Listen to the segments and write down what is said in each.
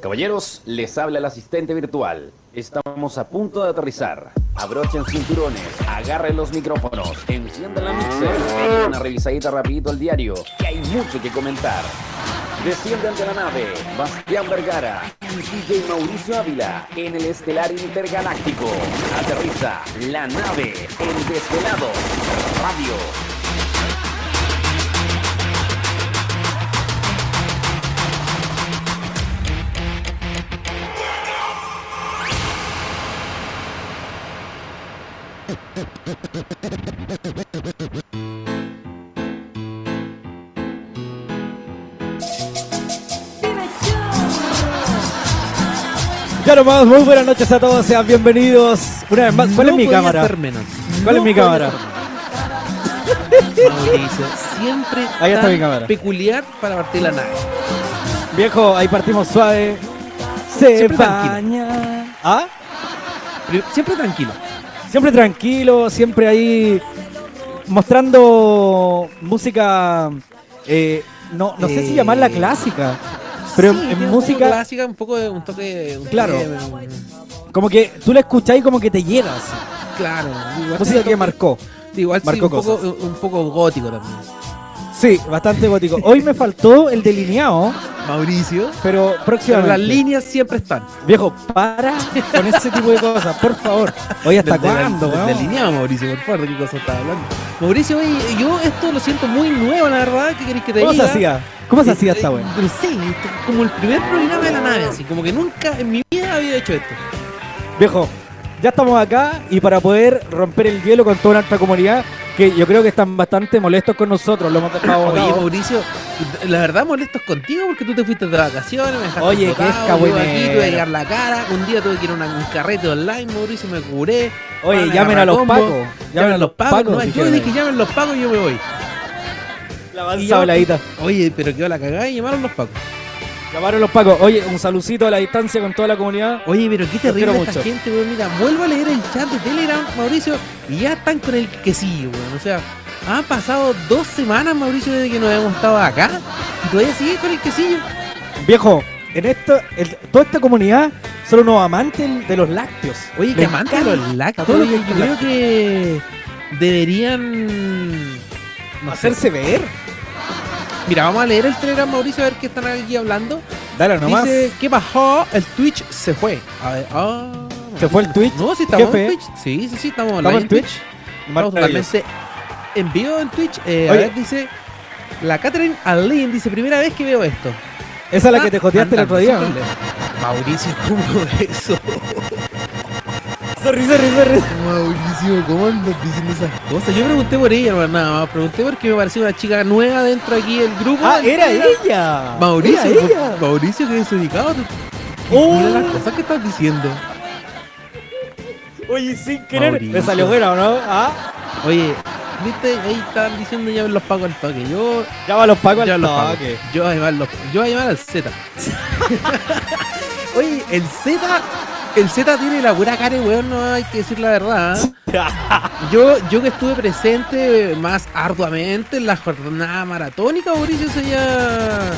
Caballeros, les habla el asistente virtual. Estamos a punto de aterrizar. Abrochen cinturones, agarren los micrófonos, enciendan la mixer, den una revisadita rapidito al diario, que hay mucho que comentar. Desciendan de la nave, Bastián Vergara y DJ Mauricio Ávila en el Estelar Intergaláctico. Aterriza la nave en Desvelado Radio. Ya nomás, muy buenas noches a todos, sean bienvenidos una vez más. ¿Cuál No es mi podía cámara? ser menos. ¿Cuál No es mi podía cámara? ser menos. Mauricio, siempre Ahí está tan mi cámara. peculiar para partir la nave. Viejo, ahí partimos suave. Se Siempre tranquilo. baña. ¿Ah? Pri- Siempre tranquilo. Siempre tranquilo, siempre ahí mostrando música. eh, no no sé si Eh, llamarla clásica, pero Sí, en- tiene en Un poco música, clásica, un poco de un toque. un Claro. toque, eh, como que tú la escucháis y como que te llegas. claro. Igual Música sí, que marcó. Igual sí, marcó un, poco, un poco gótico también. Sí, bastante gótico. Hoy me faltó el delineado, Mauricio. pero Pero próximamente. las líneas siempre están. Viejo, para con ese tipo de cosas, por favor. Oye, ¿hasta cuándo, Desde weón? alineado, Mauricio, por favor, de qué cosa estás hablando. Mauricio, oye, yo esto lo siento muy nuevo, la verdad. ¿Qué querés que te ¿Cómo se diga? hacía? ¿Cómo se hacía esta Eh, weón? No sé, esto es como el primer programa de la nave, así. Como que nunca en mi vida había hecho esto. Viejo, ya estamos acá y para poder romper el hielo con toda nuestra comunidad, que yo creo que están bastante molestos con nosotros, lo hemos dejado Oye, botado. Mauricio, la verdad molestos contigo porque tú te fuiste de vacaciones, me dejaste Oye, qué botado, yo aquí escabuinero. tuve que dar la cara, un día tuve que ir a una- un carrete online, Mauricio, me curé. Oye, van llamen a los agarrar combo, pacos. Llamen a los pacos, no, si yo quieren. dije que llamen los pacos y yo me voy. La Y avanzada yo- habladita. Oye, pero quedó la cagada y llamaron los pacos. Llamaron los pacos. Oye, un salucito a la distancia con toda la comunidad. Oye, pero qué quiero terrible esta mucho. gente, weón. Mira, vuelvo a leer el chat de Telegram, Mauricio, y ya están con el que sí, weón. O sea, han pasado dos semanas, Mauricio, desde que nos hemos estado acá. Y todavía sigue con el quesillo. Viejo, en esto, el- toda esta comunidad son unos amantes de los lácteos. Oye, que Les amante de encanta los lácteos. todo lo que Yo hay con creo que deberían. No sé. hacerse ver. Mira, vamos a leer el Telegram, Mauricio, a ver qué están aquí hablando. Dale nomás. Dice, ¿qué bajó? El Twitch se fue. A ver, ah, Se fue el Twitch. No, si estamos Jefe. en Twitch. Sí, sí, sí, estamos, ¿Estamos online en en Twitch? Twitch. Estamos totalmente en vivo en Twitch. Eh, a Oye. ver, dice. La Catherine Allen dice, primera vez que veo esto. Ah, Esa es la que te joteaste el Andando, otro día. súper lejos. Mauricio, ¿cómo eso? Sorry, sorry, sorry. Mauricio, ¿cómo andas diciendo esas cosas? Yo pregunté por ella, no, nada más. Pregunté porque me pareció una chica nueva dentro aquí del grupo. Ah, era ella. Mauricio, Era ella. Mauricio, que desubicado. tú. Oh. Mira las cosas que estás diciendo. Oye, sin querer. Me Mauricio. salió buena, ¿o ¿no? Ah, Oye, viste, ahí están diciendo ya los pagos al toque. Yo, ya va los pagos ya al los pago. toque. Yo voy a llevar los- yo voy a llevar al Z. Oye, el Z, el Z tiene la pura cara, weón, no hay que decir la verdad. ¿eh? Yo, yo que estuve presente más arduamente en la jornada maratónica, Mauricio, eso ya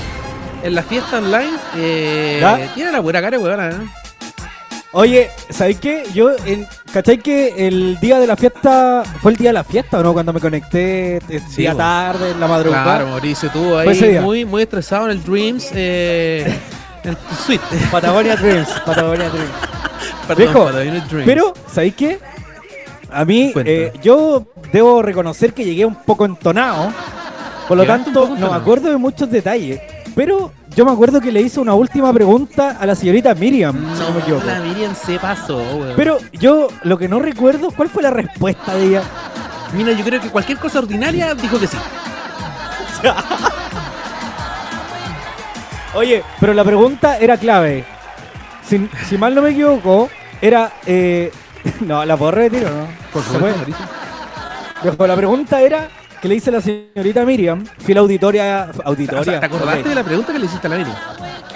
en la fiesta online, eh, ¿Ya? tiene la pura cara, weón. ¿eh? Oye, ¿sabéis qué? Yo, en, ¿cachai que el día de la fiesta, fue el día de la fiesta o no? Cuando me conecté, eh, Sí, día bo. tarde, en la madrugada. Claro, Mauricio, tú Fue ese ahí día. muy, muy estresado en el Dreams, eh, en tu suite. Patagonia Dreams, Patagonia Dreams. Perdón, Viejo, para Dreams. Pero, ¿sabéis qué? A mí, Cuenta. eh, yo debo reconocer que llegué un poco entonado. Por lo Llegaste un tanto, poco no me entonado. acuerdo de muchos detalles. Pero yo me acuerdo que le hice una última pregunta a la señorita Miriam, si no me no, equivoco. la Miriam se pasó, weón. Pero yo lo que no recuerdo, ¿cuál fue la respuesta de ella? Mira, yo creo que cualquier cosa ordinaria dijo que sí. Oye, pero la pregunta era clave. Si, si mal no me equivoco, era... eh, no, ¿la puedo repetir o no? Por ¿Se supuesto, puede? Mauricio. Viejo, la pregunta era que le hice a la señorita Miriam, fiel auditoria, auditoria, O sea, ¿Te acordaste ok, de la pregunta que le hiciste a la Miriam?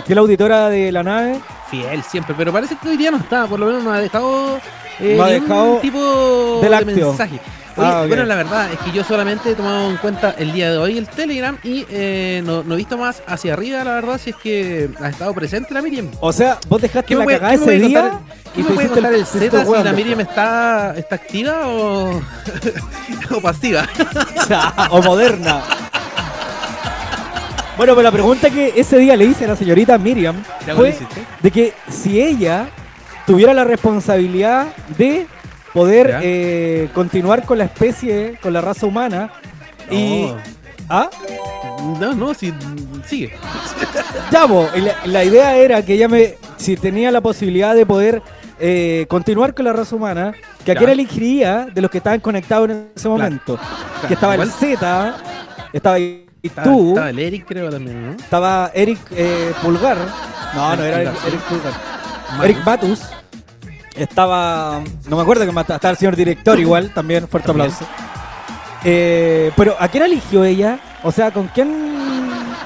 fiel auditora de la nave. Fiel siempre, pero parece que hoy día no está, por lo menos nos ha dejado, eh, No ha ningún dejado tipo de de, lácteo. mensaje. Oye, Ah, ok. Bueno, la verdad es que yo solamente he tomado en cuenta el día de hoy el Telegram y eh, no, no he visto más hacia arriba, la verdad, si es que ha estado presente la Miriam. O sea, vos dejaste ¿Qué me la puede- cagada qué me ese puede día contar- ¿Qué y me te puede hiciste contar el hiciste Z si weón la después. Miriam está, está activa o, o pasiva? o moderna. Bueno, pero la pregunta que ese día le hice a la señorita Miriam Ya, ¿cuál fue hiciste? de que si ella tuviera la responsabilidad de poder Ya. eh, continuar con la especie, con la raza humana y No. ah, No, no, sí, sigue. ya, po, y la, la idea era que ella me si tenía la posibilidad de poder eh, continuar con la raza humana, que a Ya. quién elegiría de los que estaban conectados en ese momento, Claro, que estaba igual el Z, estaba y estaba- tú, Estaba el Eric, creo, también, ¿no? Estaba Eric eh, Pulgar. No, no era Eric, Pulgar, sí. Eric Pulgar. Eric Batus. Estaba. No me acuerdo que más estaba. Estaba el señor director igual, también. Fuerte También. aplauso. Eh, pero, ¿a quién eligió ella? O sea, ¿con quién?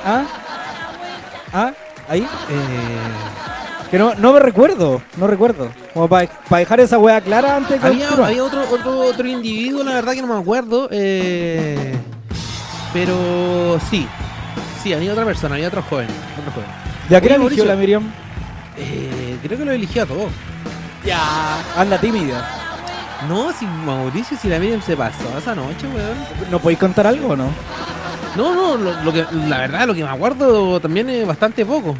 ¿Ah? ¿Ah? ¿Ahí? Eh, Que no, no me recuerdo. No recuerdo. Como para dejar esa hueá clara antes de había continuar. había otro, otro, otro individuo, la verdad que no me acuerdo. eh, pero sí, sí, había otra persona, había otro joven. Otro joven. ¿Y a quién Oye, eligió Mauricio. la Miriam? Eh, creo que lo eligió a todos. Ya. Anda tímida. No, si Mauricio, si la Miriam se pasó esa noche, weón. ¿No podéis contar algo o no? No, no, lo, lo que, la verdad, lo que me acuerdo también es bastante poco.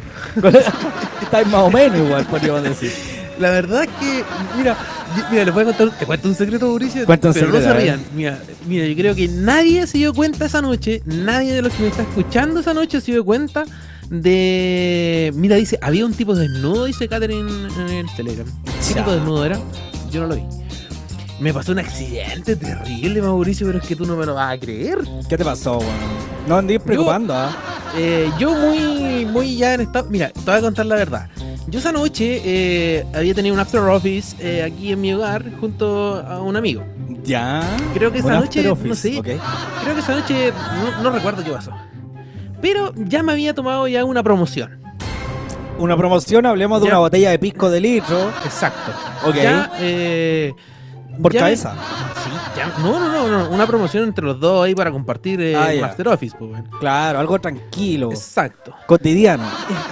Estáis más o menos igual, podríamos decir. La verdad es que, mira, yo- mira, les voy a contar, te cuento un secreto, Mauricio. Cuenta un pero secreto, no a se ver. rían. Mira, mira, yo creo que nadie se dio cuenta esa noche, nadie de los que me está escuchando esa noche se dio cuenta de. Mira, dice, había un tipo desnudo, dice Catherine en el Telegram. ¿Qué Ya. tipo desnudo era? Yo no lo vi. Me pasó un accidente terrible, Mauricio, pero es que tú no me lo vas a creer. ¿Qué te pasó, weón? No andéis preocupando, ¿ah? Eh, yo muy, muy ya en estado. Mira, te voy a contar la verdad. Yo esa noche eh, había tenido un after office eh, aquí en mi hogar junto a un amigo. Ya. Creo que esa Un noche, after no office, sé. ok. Creo que esa noche no, no recuerdo qué pasó. Pero ya me había tomado ya una promoción. Una promoción, hablemos de Ya. una botella de pisco de litro. Exacto. Ok. Ya, eh, Por ya me- cabeza. sí, ya- no, no, no, no, Una promoción entre los dos ahí para compartir eh, Ah, un ya. Oh. after office. Pues, bueno. Claro, algo tranquilo, Exacto. cotidiano.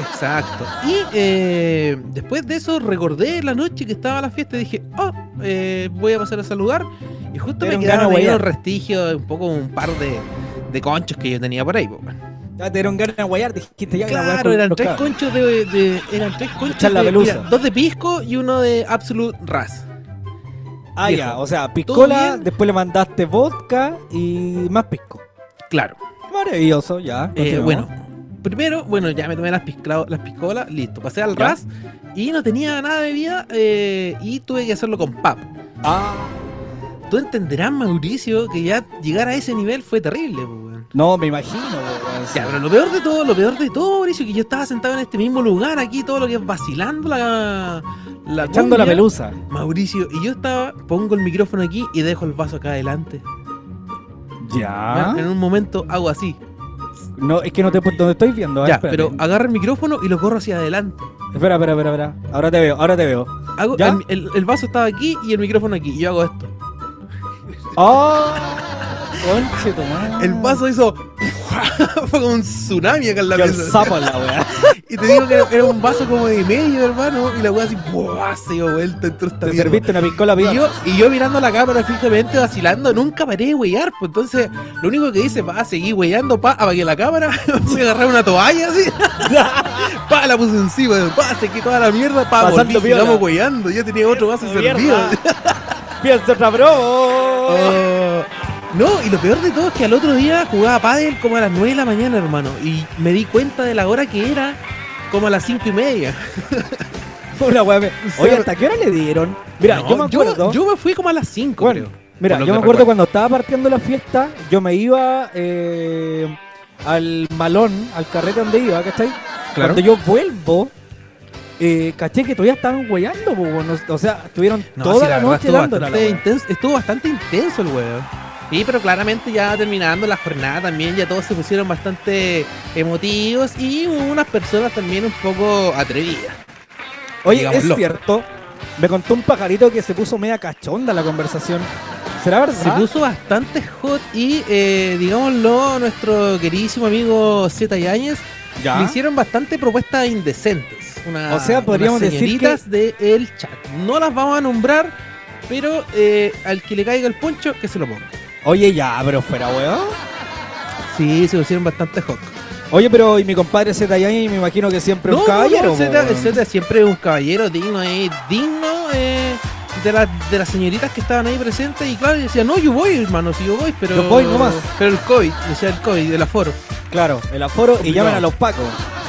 Exacto. Y eh, después de eso recordé la noche que estaba la fiesta y dije, oh, eh, voy a pasar a saludar. Y justo Dieron me quedaron ganas de ahí huear. un restigio, un poco un par de, de conchos que yo tenía por ahí. po, weón. Ya te dieron ganas de guayar, dijiste ya que la guayar Claro, con eran los tres cabros. conchos de, de- eran tres conchos Echar la de- pelusa. mira, dos de pisco y uno de Absolute Ras. Ah, viejo. ya, o sea, piscola, bien? después le mandaste vodka y más pisco. Claro. Maravilloso, ya. Eh, continuamos. bueno, primero, bueno, ya me tomé las, piscla- las piscolas, listo. Pasé al Ya. Ras y no tenía nada de bebida eh, y tuve que hacerlo con pap. Ah, Tú entenderás, Mauricio, que ya llegar a ese nivel fue terrible, po, weón. no, me imagino, weón. Ya, pero lo peor de todo, lo peor de todo, Mauricio, que yo estaba sentado en este mismo lugar aquí, todo lo que es vacilando la. la Echando la cumbia. pelusa. Mauricio, y yo estaba, pongo el micrófono aquí y dejo el vaso acá adelante. Ya. En un momento hago así. No, es que no te no te estoy viendo. ah, ya, espérate. pero agarro el micrófono y lo corro hacia adelante. Espera, espera, espera, espera. Ahora te veo, ahora te veo. Hago, ¿Ya? El, el- el vaso estaba aquí y el micrófono aquí. Y yo hago esto. ¡Oh! Conche tu madre. El vaso hizo. fue como un tsunami acá en la Que el mesa. sapo en la weá. Y te digo que era un vaso como de medio, hermano. Y la weá así, ¡buah! Se dio vuelta, entró esta Te mierda. serviste una piscola Y piba. yo, y yo mirando la cámara fijamente, vacilando, nunca paré de weyar. Pues entonces, lo único que hice, va, seguí weyando, pa, apagué la cámara, fui a agarrar una toalla así, pa, la puse encima, pa, se quitó toda la mierda, pa, Pasando volví, piola. sigamos weyando. Yo tenía otro vaso servido. Mierda. Piensa otra bro. Oh. No, y lo peor de todo es que al otro día jugaba pádel como a las 9 de la mañana, hermano. Y me di cuenta de la hora que era como a las 5 y media. Una weá. me- Oye, ¿hasta qué hora le dieron? Mira, No, yo me acuerdo. Yo, me fui como a las 5, Bueno, creo. mira, por yo me lo que acuerdo recuerdo. cuando estaba partiendo la fiesta, yo me iba eh, al malón, al carrete donde iba, ¿cachai? Claro. Cuando yo vuelvo, eh, caché que todavía estaban weyando, po, weón. o sea, estuvieron No, toda sí, la, verdad noche estuvo dándola. la bastante weá. intenso, estuvo bastante intenso el huevo. Sí, pero claramente ya terminando la jornada también, ya todos se pusieron bastante emotivos y hubo unas personas también un poco atrevidas. Oye, Digámoslo. es cierto, me contó un pajarito que se puso media cachonda la conversación. ¿Será verdad? Se puso bastante hot y, eh, digámoslo, nuestro queridísimo amigo Z Yáñez Ya. le hicieron bastante propuestas indecentes. Una- O sea, podríamos unas decir señoritas de el chat. No las vamos a nombrar, pero eh, al que le caiga el poncho, que se lo ponga. Oye, ya, pero fuera, weón. Sí, se pusieron bastante hot. Oye, pero y mi compadre Z Yañez, me imagino que siempre un caballero. po, Z, weón. Z siempre es un caballero digno, eh, digno eh, de, las de las señoritas que estaban ahí presentes. Y claro, decía, no, yo voy, hermano, si yo voy, pero. Yo voy nomás. Pero el COVID, decía el COVID, el aforo. Claro, el aforo y Complicado. llaman a los pacos.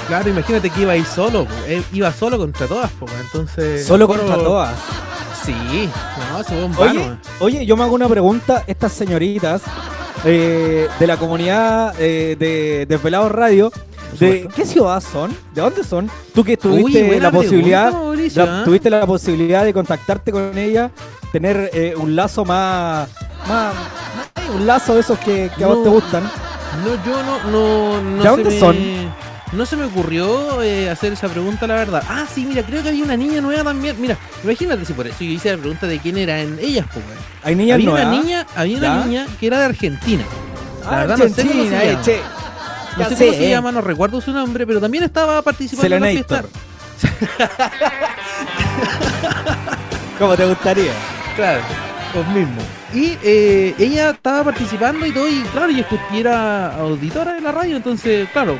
Claro, imagínate que iba a ir solo, po, eh, iba solo contra todas, po, entonces. Solo el aforo- contra todas. Sí, no, se fue un Oye, vano. oye, yo me hago una pregunta. Estas señoritas eh, de la comunidad eh, de Desvelados Radio, ¿de supuesto. qué ciudad son? ¿De dónde son? ¿Tú que Uy, tuviste buena la posibilidad pregunta, Mauricio, la- ¿eh? tuviste la posibilidad de contactarte con ella, tener eh, un lazo más, más, más- un lazo de esos que, que a vos No. te gustan? No, yo no, no, no ¿De se dónde me- son? No se me ocurrió eh, hacer esa pregunta, la verdad. Ah, sí, mira, creo que había una niña nueva también. Mira, imagínate si por eso yo hice la pregunta de quién eran ellas, pues. weón. Hay niñas había nuevas. una niña, había una ¿Ya? niña que era de Argentina. La Ah, verdad no sé cómo se Argentina, eh, llama. che. No Ya sé cómo se eh. llama, no recuerdo su nombre, pero también estaba participando en la fiesta. Selenator. ¿Cómo te gustaría? Claro, los mismos. Y eh, ella estaba participando y todo, y claro, y escu- y era auditora de la radio, entonces, claro,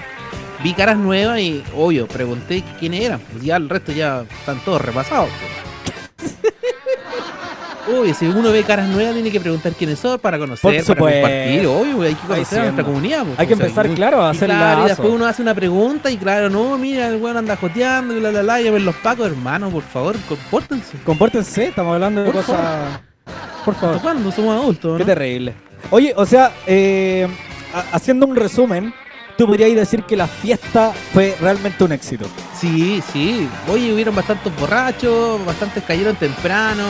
vi caras nuevas y, obvio, pregunté quiénes eran. Pues ya el resto ya están todos repasados. pues. obvio, si uno ve caras nuevas, tiene que preguntar quiénes son para conocer, Por para supuesto. compartir, obvio, pues, hay que conocer a siendo. nuestra comunidad. pues, Hay que o sea, empezar, muy- claro, a y hacer claro, y lazo. después uno hace una pregunta y claro, no, mira, el weón anda joteando y la la la, y a ver los pacos, hermano, por favor, compórtense. Compórtense, estamos hablando de Por cosas. Por favor. ¿Hasta cuándo somos adultos? Qué ¿no? terrible. Oye, o sea, eh, ha- haciendo un resumen, tú podrías decir que la fiesta fue realmente un éxito. Sí, sí. Oye, hubieron bastantes borrachos, bastantes cayeron temprano.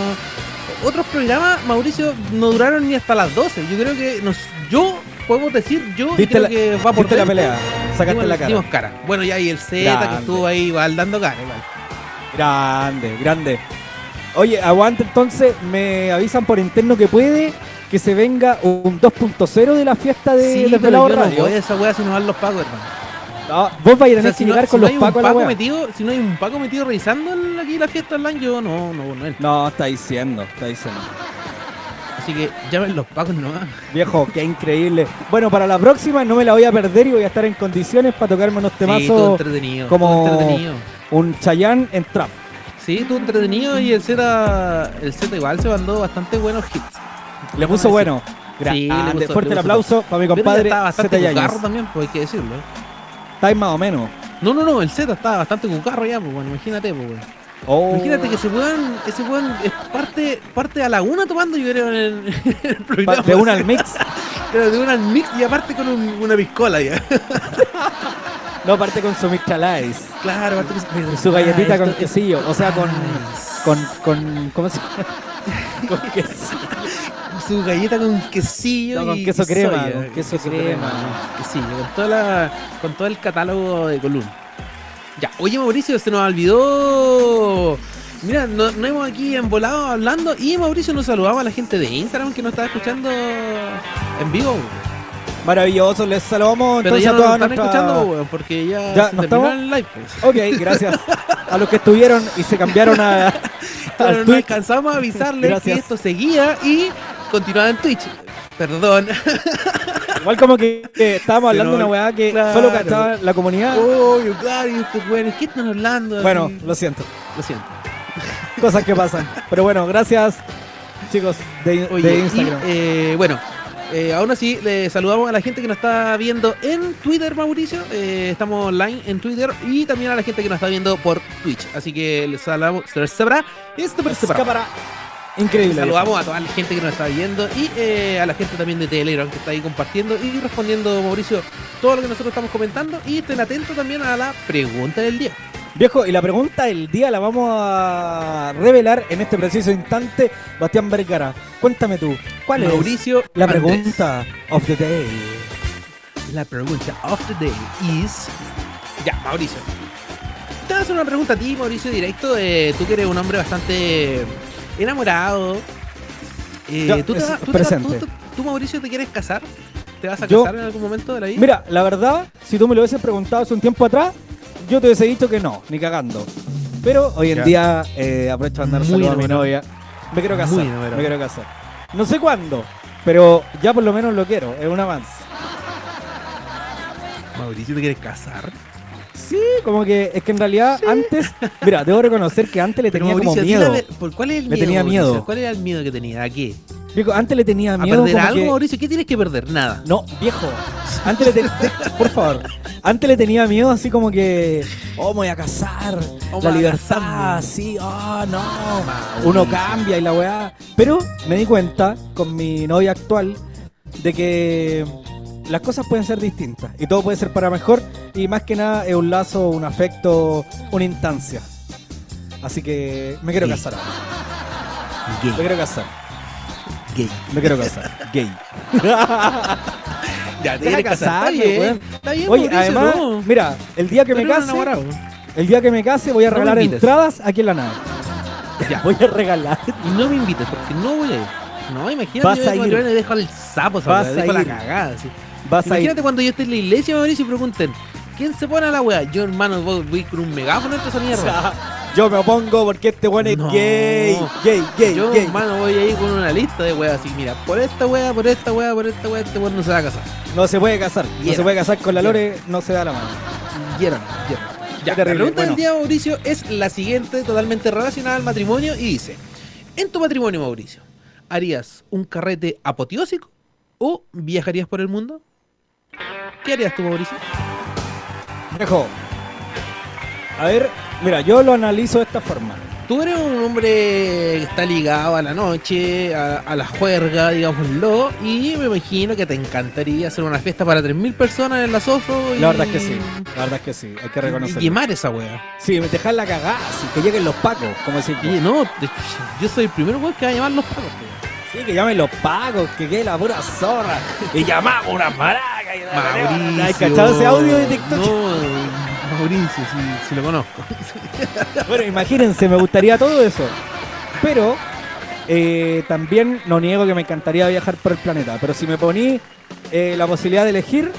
Otros programas, Mauricio, no duraron ni hasta las 12. Yo creo que nos, yo, podemos decir, yo y ¿Viste creo la, que va por viste la delante. pelea? Sacaste Dimos- la cara. dimos cara. Bueno, ya y el Z que Grande. estuvo ahí igual dando cara. Igual. Grande, grande. Oye, aguanta entonces, me avisan por interno que puede que se venga un 2.0 de la fiesta de sí, pero Desvelado yo no Radio. voy a esa wea si no van los pagos, hermano. No, vos vais a O sea, tener si que no, llegar si con no los hay un pacos a la Paco wea. metido, si no hay un Paco metido revisando el- aquí la fiesta online, yo no, no, no entro. No, está diciendo, está diciendo. Así que llamen los Pacos nomás. Viejo, qué increíble. Bueno, para la próxima no me la voy a perder y voy a estar en condiciones para tocarme unos Sí, todo temazos. entretenido. como- todo entretenido. un Chayán en trap. Sí, estuvo entretenido y el Z, el Z igual se mandó bastante buenos hits. Le puso Ah, sí. bueno. Sí, le Grande. puso- Fuerte el le puso- aplauso para mi Pero ya compadre estaba Z bastante Yáñez. cucarro también, pues hay que decirlo. ¿eh? Está ahí más o menos. No, no, no, el Z estaba bastante cucarro ya, pues bueno, imagínate, pues bueno. Oh. Imagínate que ese weón, ese weón es parte, parte a la una tomando, yo creo, en el, en el Pa- programa. de una al mix. Pero de una al mix y aparte con un- una piscola ya. No parte con su mixtalais. Claro, aparte Ah, Y su galletita con queso quesillo. O sea, con. Con. con ¿Cómo se llama? Con quesillo. Su galleta con quesillo. No, con y- queso y crema, soya, con queso crema. con Quesillo, con, toda la, con todo el catálogo de Column. Ya, oye Mauricio, se nos olvidó. Mira, no- nos hemos aquí envolado hablando y Mauricio nos saludaba a la gente de Instagram que nos estaba escuchando en vivo. weón. Maravilloso. Les saludamos Pero entonces ya a no nos todas están escuchando, nuestras. weón, porque ya, Ya, se ¿no terminó estamos? el live. pues. Ok, gracias. A los que estuvieron y se cambiaron a. Pero al no Twitch. alcanzamos a avisarles que Gracias. esto seguía y continuaba en Twitch. Perdón. Igual como que, que estábamos hablando de una weá que Claro. solo cantaba la comunidad. Obvio, claro, y estos weones, ¿qué están hablando? Bueno, Así. lo siento. Lo siento. Cosas que pasan. Pero bueno, gracias, chicos, de, de Oye, y, Instagram. eh, bueno, eh, aún así, le saludamos a la gente que nos está viendo en Twitter, Mauricio. Eh, estamos online en Twitter y también a la gente que nos está viendo por Twitch. Así que les saludamos. Se sabrá, esto por separado. Escapará. Increíble. Saludamos a toda la gente que nos está viendo y eh, a la gente también de Telegram que está ahí compartiendo y respondiendo, Mauricio, todo lo que nosotros estamos comentando. Y estén atentos también a la pregunta del día. Viejo, y la pregunta del día la vamos a revelar en este preciso instante. Bastián Vergara, cuéntame tú, ¿cuál Mauricio, es la Andrés. pregunta of the day? La pregunta of the day is. Ya, Mauricio. Te voy a hacer una pregunta a ti, Mauricio, directo. eh, tú que eres un hombre bastante enamorado. Eh, Ya, ¿tú, te es vas- tú te vas- presente. tú- tú- tú, Mauricio, te quieres casar? ¿Te vas a Yo- casar en algún momento de la vida? Mira, la verdad, si tú me lo hubieses preguntado hace un tiempo atrás, yo te hubiese dicho que no, ni cagando. Pero hoy en Ya. día eh, aprovecho a andar Muy saludo a mi enamorado. novia. Me quiero casar, Muy enamorado. me quiero casar. No sé cuándo, pero ya por lo menos lo quiero, es un avance. Mauricio, ¿te quieres casar? Sí, como que es que en realidad antes, mira, debo reconocer que antes le Pero tenía como di la miedo. ver- ¿por ¿Cuál es el Le miedo? tenía Mauricio? miedo. ¿Cuál era el miedo que tenía? ¿A qué? Viejo, antes le tenía ¿A miedo. perder como algo, que- Mauricio? ¿Qué tienes que perder? Nada. No, viejo. Antes le tenía. Por favor. Antes le tenía miedo así como que. Oh, me voy a casar. la Oh, me voy a libertad. casar. Sí, oh, no. Mauricio. Uno cambia y la weá. Pero me di cuenta con mi novia actual de que las cosas pueden ser distintas y todo puede ser para mejor. Y más que nada es un lazo, un afecto, una instancia. Así que me quiero Sí. casar. ahora. Gay, Me quiero casar. gay. Me quiero casar. Gay. Ya, te Deja quieres casar. casarme, Está bien, weón. está bien, Oye, Mauricio, además, no. mira, el día que me Tú eres un case, enamorado. el día que me case voy a No me regalar invites. entradas aquí en la nave. Ya. Voy a regalar. Y no me invites porque no voy a ir. No, imagínate, Vas yo voy a con ir. León y dejo al sapo, Vas ¿sabes? a dejo la ir. cagada. así. Vas a Imagínate ir. cuando yo esté en la iglesia, Mauricio, y pregunten, ¿quién se pone a la wea? Yo, hermano, voy, voy con un megáfono entre esa mierda. Yo me opongo porque este weón es No. gay, gay, gay, Yo, gay. hermano, voy a ir con una lista de weas así, mira, por esta wea, por esta wea, por esta wea, este weón no se va a casar. No se puede casar. No Yeah. se puede casar con la Lore, no se da la mano. Hieran, hieran. Ya, Qué terrible, la pregunta bueno. del día, Mauricio, es la siguiente, totalmente relacionada al matrimonio, y dice, en tu matrimonio, Mauricio, ¿harías un carrete apoteósico o viajarías por el mundo? ¿Qué harías tú, Mauricio? Viejo. A ver, mira, yo lo analizo de esta forma. Tú eres un hombre que está ligado a la noche, a, a la juerga, digámoslo, y me imagino que te encantaría hacer una fiesta para 3.000 personas en la Sofo. Y... La verdad es que sí. La verdad es que sí. Hay que Y reconocerlo. quemar esa wea. Sí, me dejan la cagada, así que lleguen los pacos, como decir. Y no, te- yo soy el primer weón que va a llamar los pagos. wea. Sí, que llamen los pagos, que quede la pura zorra. Y llamamos unas maracas. y la- la- la- la- la- ¿Has cachado ese audio de TikTok? No, Mauricio, si, si lo conozco. Bueno, imagínense, me gustaría todo eso. Pero eh, también no niego que me encantaría viajar por el planeta. Pero si me poní eh, la posibilidad de elegir,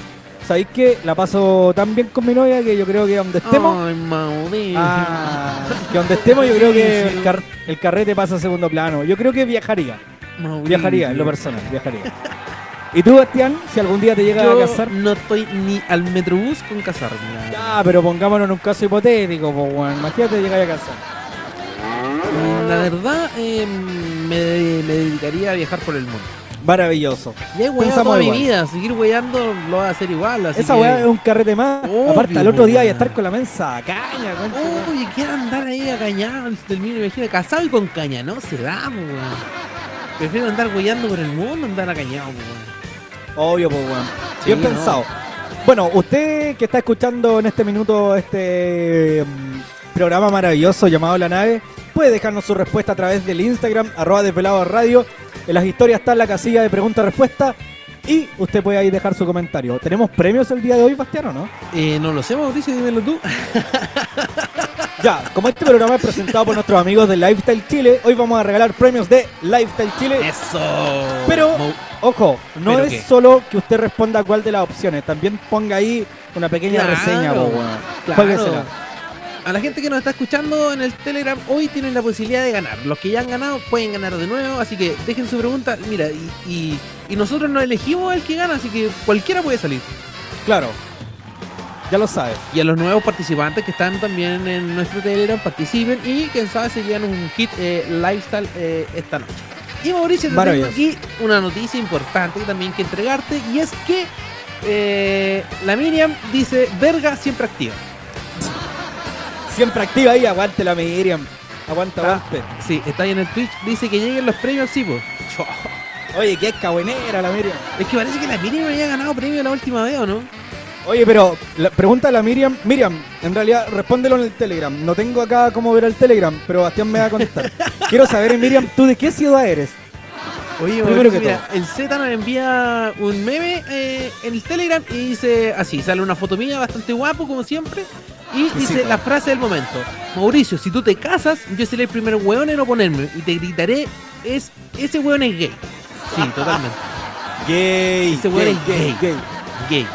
sabéis que la paso tan bien con mi novia que yo creo que donde estemos. Ay, Mauricio. ah, que donde estemos, yo creo que el, car- el carrete pasa a segundo plano. Yo creo que viajaría. Mauricio. Viajaría, en lo personal, viajaría. ¿Y tú, Bastián, si algún día te llegas Yo a casar? no estoy ni al metrobús con casarme. la verdad. Ya, pero pongámonos en un caso hipotético, po, weón. Imagínate llegar a casar. La verdad, eh, me, me dedicaría a viajar por el mundo. Maravilloso. Ya he weado Pensamos toda igual. mi vida, seguir weyando lo voy a hacer igual. Así Esa que... weá es un carrete más. Obvio, Aparte, al otro día weón. hay a estar con la mensa a caña, weón. Uy, quiero andar ahí acañado antes del mini imagina, casado y con caña, no se da, po, weón. Prefiero andar weyando por el mundo, andar acañado, po, weón. Obvio, pues, weón. Sí, Bien no. pensado. Bueno, usted que está escuchando en este minuto este mm, programa maravilloso llamado La Nave, puede dejarnos su respuesta a través del Instagram, arroba desvelado radio. En las historias está la casilla de pregunta-respuesta. Y usted puede ahí dejar su comentario. ¿Tenemos premios el día de hoy, Bastián, o no? Eh, no lo sé, Mauricio, dímelo tú. Ya, como este programa es presentado por nuestros amigos de Lifestyle Chile, hoy vamos a regalar premios de Lifestyle Chile. Eso. Pero- Mau- Ojo, no ¿Pero es qué? solo que usted responda a cuál de las opciones, también ponga ahí una pequeña Claro, reseña, po, weón. claro. Juéguesela. A la gente que nos está escuchando en el Telegram, hoy tienen la posibilidad de ganar. Los que ya han ganado pueden ganar de nuevo, así que dejen su pregunta. Mira, y, y- y nosotros no elegimos al que gana, así que cualquiera puede salir. Claro. Ya lo sabes. Y a los nuevos participantes que están también en nuestro Telegram, participen y quién sabe se llevan un kit eh, lifestyle eh, esta noche. Y Mauricio, te tengo Maravilloso. aquí una noticia importante que también que entregarte y es que eh, la Miriam dice, verga siempre activa. Siempre activa ahí, aguante la Miriam. Aguanta, Ah. aguante. Sí, está ahí en el Twitch, dice que lleguen los premios, sí, po. Chua. Oye, qué escabuenera la Miriam. Es que parece que la Miriam había ganado premio la última vez, ¿o no? Oye, pero la, pregunta a la Miriam. Miriam, en realidad, respóndelo en el Telegram. No tengo acá cómo ver el Telegram, pero Bastián me va a contestar. Quiero saber, Miriam, ¿tú de qué ciudad eres? Oye, Primero Mauricio, que mira, el Z nos envía un meme eh, en el Telegram y dice así, sale una foto mía bastante guapo como siempre Y Que sí, dice la frase del momento. Mauricio, si tú te casas, yo seré el primer hueón en oponerme y te gritaré, es, ese hueón es gay. Sí, totalmente. Gay, Ese weón es gay. Gay.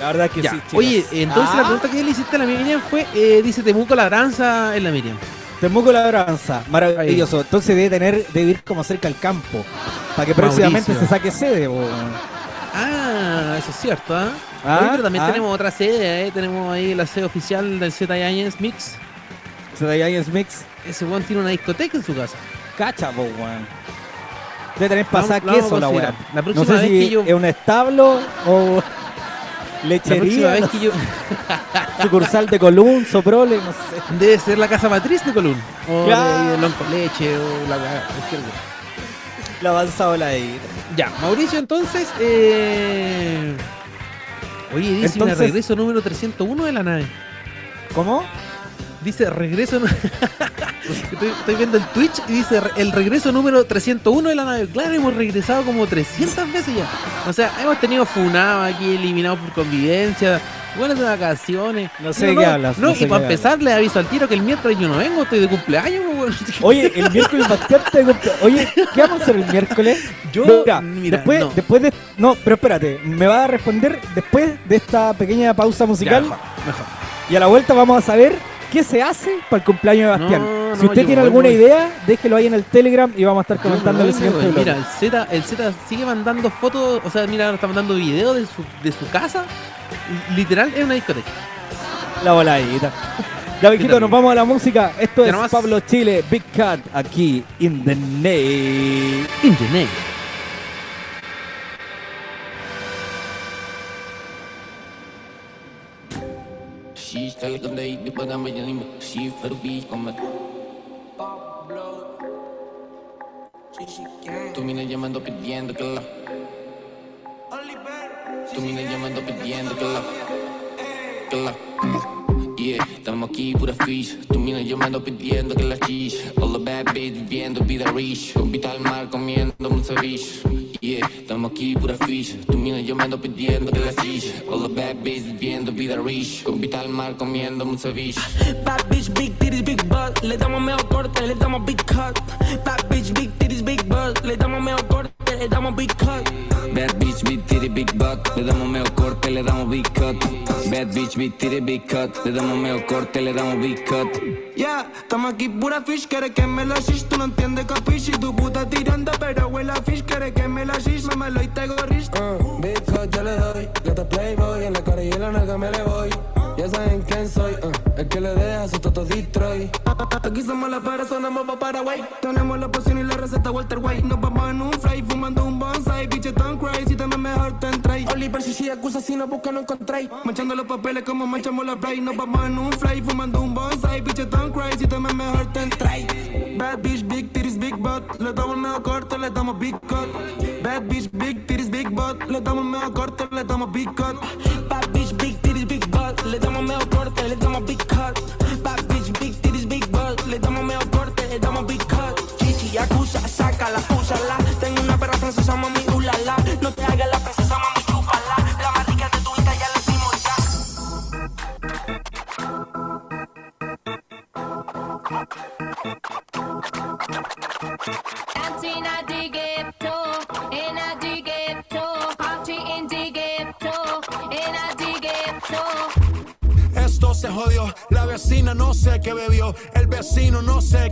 La verdad que Ya. sí, chicas. Oye, entonces Ah, la pregunta que le hiciste a la Miriam fue, eh, dice Temuco Labranza en la Miriam. Temuco Labranza, maravilloso. Entonces debe tener, debe ir como cerca al campo. Para que próximamente Mauricio. se saque sede, po. Ah, eso es cierto, ¿ah? Ah, Oye, pero también ah. tenemos otra sede, ¿eh? Tenemos ahí la sede oficial del Z Giants Mix. Se da ahí en Smix. Ese weón tiene una discoteca en su casa. Cacha, po, weón. Debe tener pasada Vamos- vamos queso a la considerar. weón. La No próxima sé vez si que yo- es un establo o La próxima lechería, vez no que yo... sé, sucursal de Column, Soprole, no sé. Debe ser la casa matriz de Colón. O Claro. de Lonco Leche o la cagada, cualquier weón. La avanzado la de Ya, Mauricio, entonces... eh, Oye, dice una Entonces- regreso número 301 de la nave. ¿Cómo? Dice regreso. nu- estoy, estoy viendo el Twitch y dice re- el regreso número 301 de la nave. Claro, hemos regresado como 300 veces ya. O sea, hemos tenido funado aquí, eliminados por convivencia, buenas de vacaciones. No sé de qué hablas, No, no sé y de para qué empezar, le aviso al tiro que el miércoles yo no vengo, estoy de cumpleaños. po, weón. Oye, el miércoles bastante de cumple- Oye, ¿qué vamos a hacer el miércoles? Yo- Mira, mira, después, no. después de. No, pero espérate, me va a responder después de esta pequeña pausa Ya, musical. mejor, mejor. y a la vuelta vamos a saber qué se hace para el cumpleaños de Bastián. No, si no, usted yo tiene voy, alguna voy. idea, déjelo ahí en el Telegram y vamos a estar Yo no comentando en el vengo, siguiente weón. blog. Mira, el Z, el Z sigue mandando fotos, o sea, mira, ahora está mandando videos de su, de su casa. y Literal, es una discoteca. La voladita. Ya, Yo Viquito, nos también. vamos a la música. Esto Ya es nomás. Pablo Chile, Big Cat, aquí, in the name. In the name. She stayed the baby, but I'm a dreamer. She for the beat, I'm a. Tú me andas llamando pidiendo que la. Tú me andas llamando pidiendo que la. Que la. Yeah, estamos aquí pura fish. Tú me andas llamando pidiendo que la cheese. All the bad bitch viviendo vida rich. Con vital mar comiendo un ceviche. Yeah, estamos aquí pura fish. Tú me andas llamando pidiendo que la cheese. All the bad bitch viviendo vida rich. Con vital mar comiendo un ceviche. Bad bitch, big titties, big butt. Le damos mejor corte, le damos big cut. Bad bitch, big titties, big butt. Le damos mejor corte, le damos big cut. Bad bitch, big titty, big butt. Le damos medio corte, le damos big cut. Bad bitch, big titty, big cut. Le damos medio corte, le damos big cut. Yeah, estamos aquí pura fish, quiere que me la shish. Tú no entiendes capish y tu puta tirando, pero huele a fish. Quiere que me la shish, me lo y te gorrish. Uh, Big Cut yo le doy, gato playboy, en la cara y en la nalga me le voy. Ya saben quién soy, uh, el que le deja su toto destroy. Aquí somos la para, sonamos pa' Paraguay. Tenemos la poción y la receta Walter White. Nos vamos en un fly, fumando un bonsai. Bitches tan crazy, si también mejor te entráis. Oliver si acusa si no busca no encontráis. Manchando los papeles como manchamos la play Nos vamos en un fly fumando un bonsai Bitches tan crazy, también mejor te entrai Bad bitch, big titties, big butt Le damos medio corte, le damos big cut Bad bitch, big titties, big butt Le damos medio corte, le damos big cut Bad bitch, big titties, big butt Le damos medio corte, le damos big cut Bad bitch, big titties, big butt Le damos medio corte, le damos big cut Chichi, acusa, sácala, úsala Tengo una perra francesa, mami, ulala No te hagas la princesa, mami, chúpala La más rica de tu vida ya la hicimos ya Anti nadi ghetto, in a di ghetto, anti in di ghetto, in a di ghetto. Esto se jodió, la vecina no sé qué bebió, el vecino no sé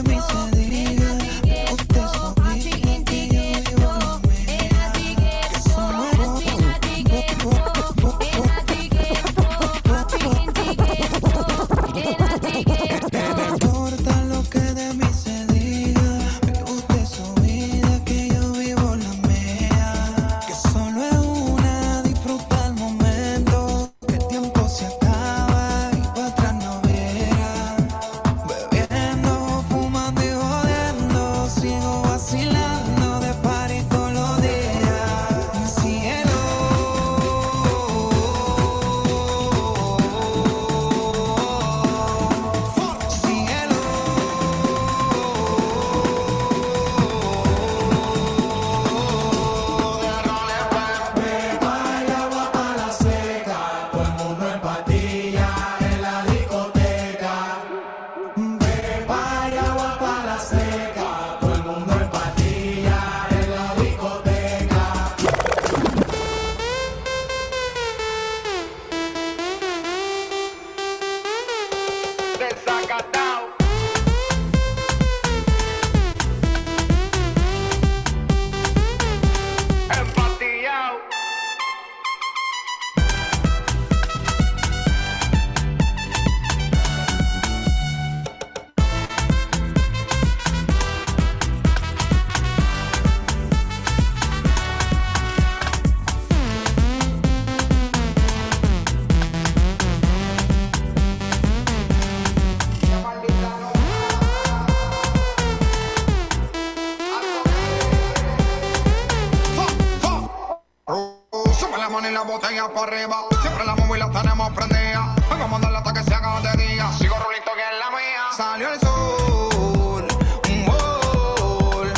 Sube la mano y la botella para arriba. Siempre la móvil la tenemos prendida. Hoy vamos a darle hasta que se haga de día. Sigo rulito que es la mía. Salió el sol. un gol.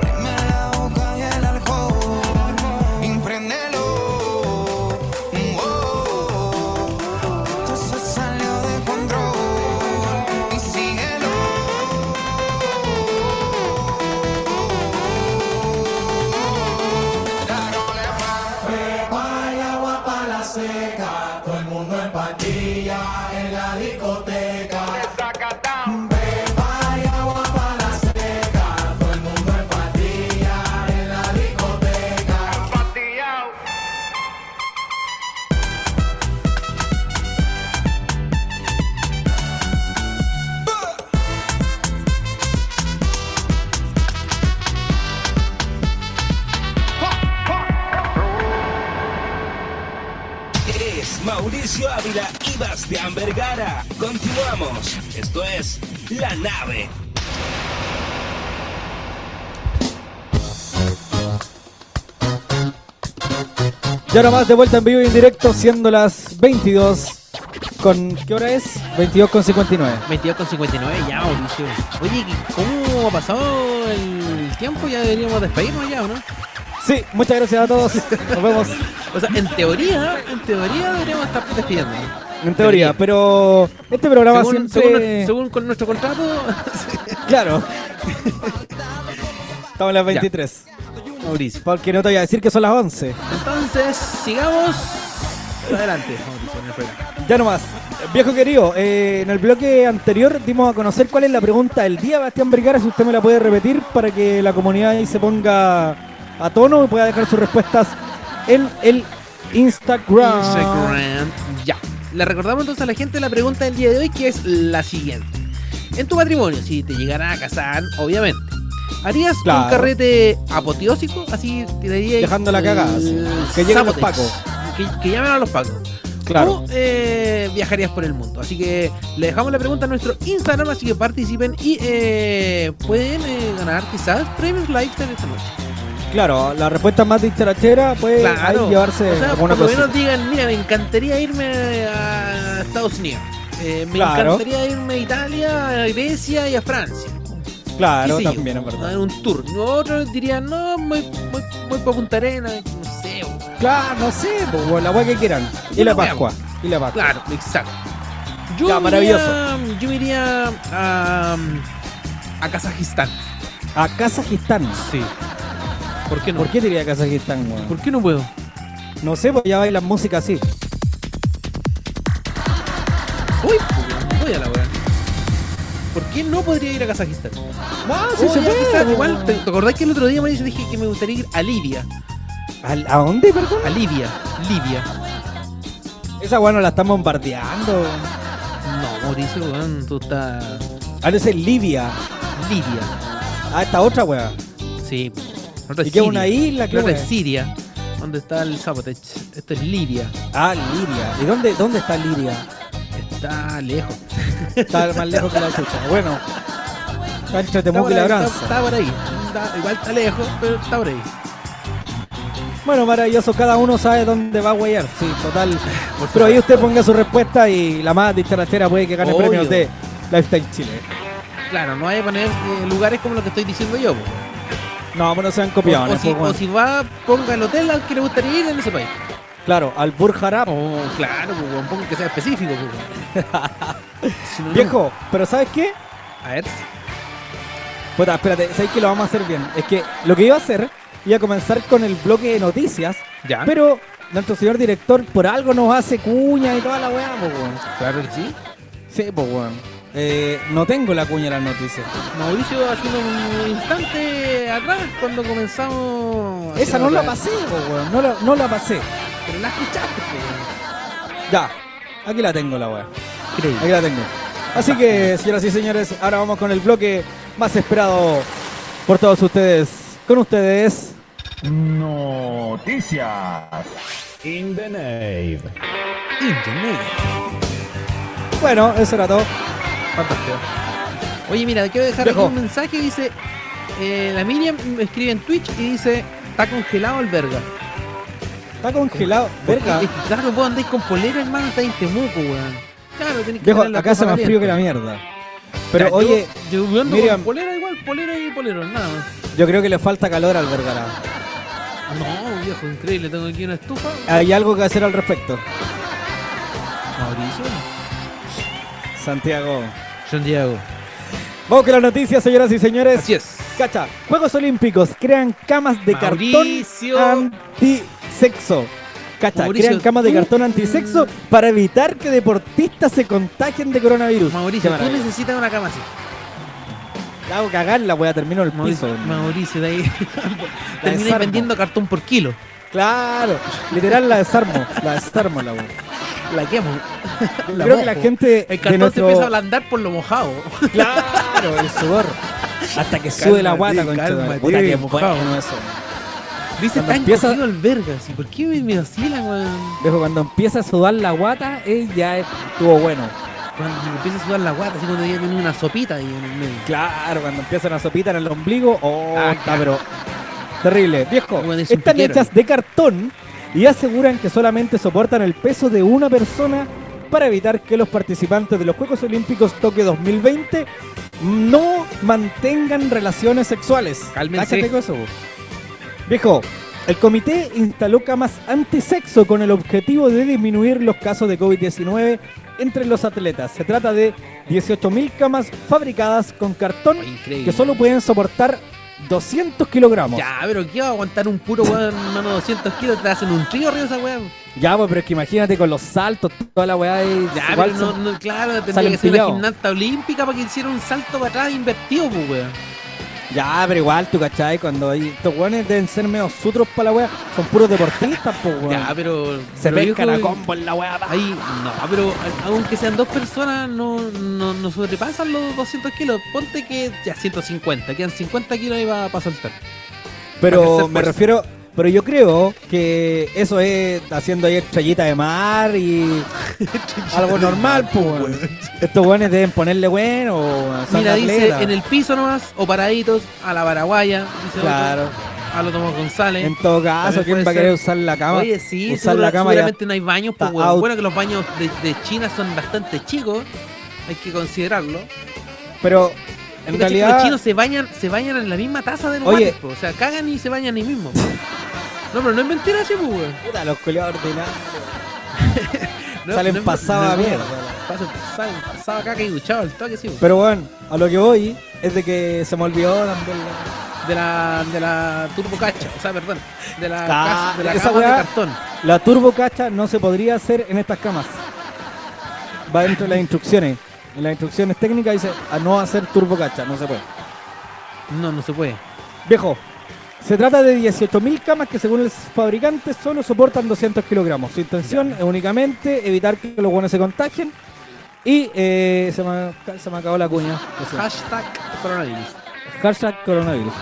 Prende la boca y el alcohol. Y préndelo, un gol. Esto se salió de control. Y síguelo. Es Mauricio Ávila y Bastián Vergara. Continuamos. Esto es La Nave. Y ahora más de vuelta en vivo y en directo, siendo las 22 con... ¿Qué hora es? 22 con 59. 22.59 ya, Mauricio. Oye, ¿qué- ¿cómo ha pasado el tiempo? Ya deberíamos despedirnos ya, ¿o no? Sí, muchas gracias a todos. Nos vemos O sea, en teoría, en teoría deberíamos estar despidiendo. en teoría, pero este programa Según, siempre... según- según con nuestro contrato, Claro. Estamos en las 23. Mauricio. Porque no te voy a decir que son las 11. Entonces, sigamos adelante, Mauricio, en el programa. Ya nomás. Viejo querido, eh, en el bloque anterior dimos a conocer cuál es la pregunta del día, Bastián Vergara, si usted me la puede repetir para que la comunidad ahí se ponga a tono y pueda dejar sus respuestas en el Instagram. Instagram. Ya. Le recordamos entonces a la gente la pregunta del día de hoy, que es la siguiente. En tu matrimonio, si te llegara a casar, obviamente, ¿harías Claro. un carrete apoteósico? Así te daría. Dejando la cagada, así. Que lleguen llegan los pacos. Que, que llamen a los pacos. Claro. O eh, viajarías por el mundo. Así que le dejamos la pregunta a nuestro Instagram, así que participen y eh, pueden eh, ganar quizás premios Lifetime esta noche. Claro, la respuesta más dicharachera puede ahí llevarse o sea, alguna por lo cosa. menos digan, mira, me encantaría irme a Estados Unidos. Eh, me Claro. encantaría irme a Italia, a Grecia y a Francia. Claro, Qué sé yo, también, es verdad. a Un tour. Y Otros dirían, no, muy, muy, muy para Punta Arenas, no sé. o- Claro, no sé, pues, bueno, la agua que quieran. Y Una la Pascua. Y la Pascua. Claro, exacto. Yo Ya, me maravilloso. iría- yo me iría a, a Kazajistán. A Kazajistán. Sí. ¿Por qué no? ¿Por qué te iría a Kazajistán, weón? ¿Por qué no puedo? No sé, pues ya bailan música así. Uy, pues, ¿Por qué no podría ir a Kazajistán? Ah, sí Oh, se ya, puede, quizás, po. igual, ¿te te acordás que el otro día Mauricio dije que me gustaría ir a Libia? ¿Al- ¿A dónde, perdón? A Libia, Libia. Esa weá no la están bombardeando. No, Mauricio, weón, tú estás. Ah, no, esa es Libia. Libia. Ah, esta otra weá. Sí. La otra ¿Y qué, una Siria. isla? ¿Qué La otra wea? es Siria, donde está el Zapotech. Esto es Libia. Ah, Libia. ¿Y dónde, dónde está Libia? Está lejos. Está más lejos que la chucha. Bueno. Cancha Está Temuco por y ahí, está, Labranza. está por ahí. Está- igual está lejos, pero está por ahí. Bueno, maravilloso. Cada uno sabe dónde va a huear. Sí, total. Por Pero ahí supuesto. usted ponga su respuesta y la más dicharachera puede que gane Obvio. premios de Lifestyle Chile. Claro, no vaya a poner eh, lugares como lo que estoy diciendo yo. po. No, bueno, sean O, copiados. o si, o si va, ponga el hotel al que le gustaría ir en ese país. Claro, al Burjarab. Oh, claro, po, weón, ponga que sea específico. po, weón. Si no, no. Viejo, pero ¿sabes qué? A ver. Puta, espérate, sabes que lo vamos a hacer bien. Es que lo que iba a hacer, iba a comenzar con el bloque de noticias, Ya. pero nuestro señor director por algo nos hace cuña y toda la weá, po, weón. Claro que sí. Sí, po, weón. Eh, no tengo la cuña de las noticias. Mauricio hace un instante atrás cuando comenzamos. Esa no la pasé, po, weón. No la, no la pasé. Pero la escuchaste, pues, po. Ya, aquí la tengo la weá. Creí. Aquí la tengo. Así que, señoras y señores, ahora vamos con el bloque más esperado por todos ustedes. Con ustedes. Noticias. In the nave. Bueno, eso era todo. Fantástico. Oye, mira, quiero dejar Viejo. aquí un mensaje que dice: eh, La Miriam me escribe en Twitch y dice: Está congelado el verga. Está congelado. Verga. Porque, eh, Claro, vos andás con polera, hermano, está en Temuco, weón. Claro, tenés que Viejo, tener la acá hace ropa más frío que la caliente. mierda. Pero Ya, yo- oye, yo, ando Miriam. con polera igual, polera y polerón, nada más. Ah, yo... creo que le falta calor al Vergara. No, viejo, increíble, tengo aquí una estufa. Hay algo que hacer al respecto. Mauricio. Santiago. Santiago. Vamos con las noticias, señoras y señores. Así es. Cacha, Juegos Olímpicos crean camas de Mauricio. cartón antisexo. Cacha, Mauricio, crean camas de tú- cartón antisexo para evitar que deportistas se contagien de coronavirus. Mauricio, Qué tú maravilla. necesitas una cama así. La hago cagar, la voy a terminar el piso. Mauricio, Mauricio, de ahí. Terminas desarmo. vendiendo cartón por kilo. Claro, literal la desarmo, la desarmo la voy. La quemo. La Creo que la mojo. gente El de cartón nuestro- se empieza a ablandar por lo mojado. Claro, el sudor. Hasta que sube la guata, Cálmate, concha. de madre. cálmate, Puta, qué mojado. bueno eso. Dice, Cuando está empieza- encogido el verga. así, ¿Por qué me, me vacilan, weón? Viejo, cuando empieza a sudar la guata, eh, ya estuvo bueno. Cuando me empieza a sudar la guata, así cuando ya tiene una sopita ahí en el medio. Claro, cuando empieza una sopita en el ombligo, oh, Ah, está, pero terrible. Viejo, Bueno, es un están piquero. hechas de cartón y aseguran que solamente soportan el peso de una persona para evitar que los participantes de los Juegos Olímpicos Tokio 2020 no mantengan relaciones sexuales. Cálmense. Cáchate con eso, vos. Viejo, el comité instaló camas antisexo con el objetivo de disminuir los casos de COVID-19 entre los atletas. Se trata de 18.000 camas fabricadas con cartón Oye, Oh, increíble. que solo pueden soportar 200 kilogramos. Ya. Ya, pero ¿qué va a aguantar un puro weón, mano, 200 kilos? Te hacen un trío arriba esa weón. pues, pero es que imagínate con los saltos, toda la weá. y Ya, igual pero son- no, no, claro, tendría salen que ser una pillados. gimnasta olímpica para que hiciera un salto para atrás invertido, pues, weón. Ya, pero igual, tú cachai, cuando hay... estos weones deben ser medio sutros para la weá, son puros deportistas, pues weón. Ya, pero. Se pero pescan viejo, a combo en la weá. pa. Ahí, no, pero aunque sean dos personas, no, no, no sobrepasan los 200 kilos. Ponte que ya 150, quedan 50 kilos ahí para saltar. Para Pero hacer me fuerza. refiero, pero yo creo que eso es haciendo ahí estrellita de mar y algo normal, pues. weón. Estos buenos deben ponerle bueno. o son Mira, dice atletas. en el piso nomás, o paraditos, a la paraguaya, dice Claro. otro, a lo Tomás González. En todo caso, También ¿quién Ah, puede va a querer ser. usar la cama? Oye, sí, usar segura- la cama ya. seguramente no hay baños, está pues, weón. out. Bueno, que los baños de, de China son bastante chicos, hay que considerarlo. Pero Tú en cachai que Los realidad, chinos se bañan, se bañan en la misma taza de los Oye. mates, po. o sea, cagan y se bañan ahí mismo. po. No, pero no es mentira sí, po, weón. puta, los culiados ordenados. No, Salen no es- pasada no es- mierda. Pasan- Salen pasada caca y duchado al toque, sí. po. Pero bueno, a lo que voy es de que se me olvidó también. la- De la, de la turbo cacha, o sea, perdón. De la, Ah, casa- de la esa cama weá. de cartón. La turbo cacha no se podría hacer en estas camas. Va dentro de las instrucciones. En las instrucciones técnicas dice a no hacer turbo cacha, no se puede. No, no se puede. Viejo, se trata de 18.000 camas que según el fabricante solo soportan 200 kilogramos. Su intención es únicamente evitar que los buenos se contagien. Y eh, se, me, se me acabó la cuña. lo siento. Hashtag coronavirus. Hashtag coronavirus.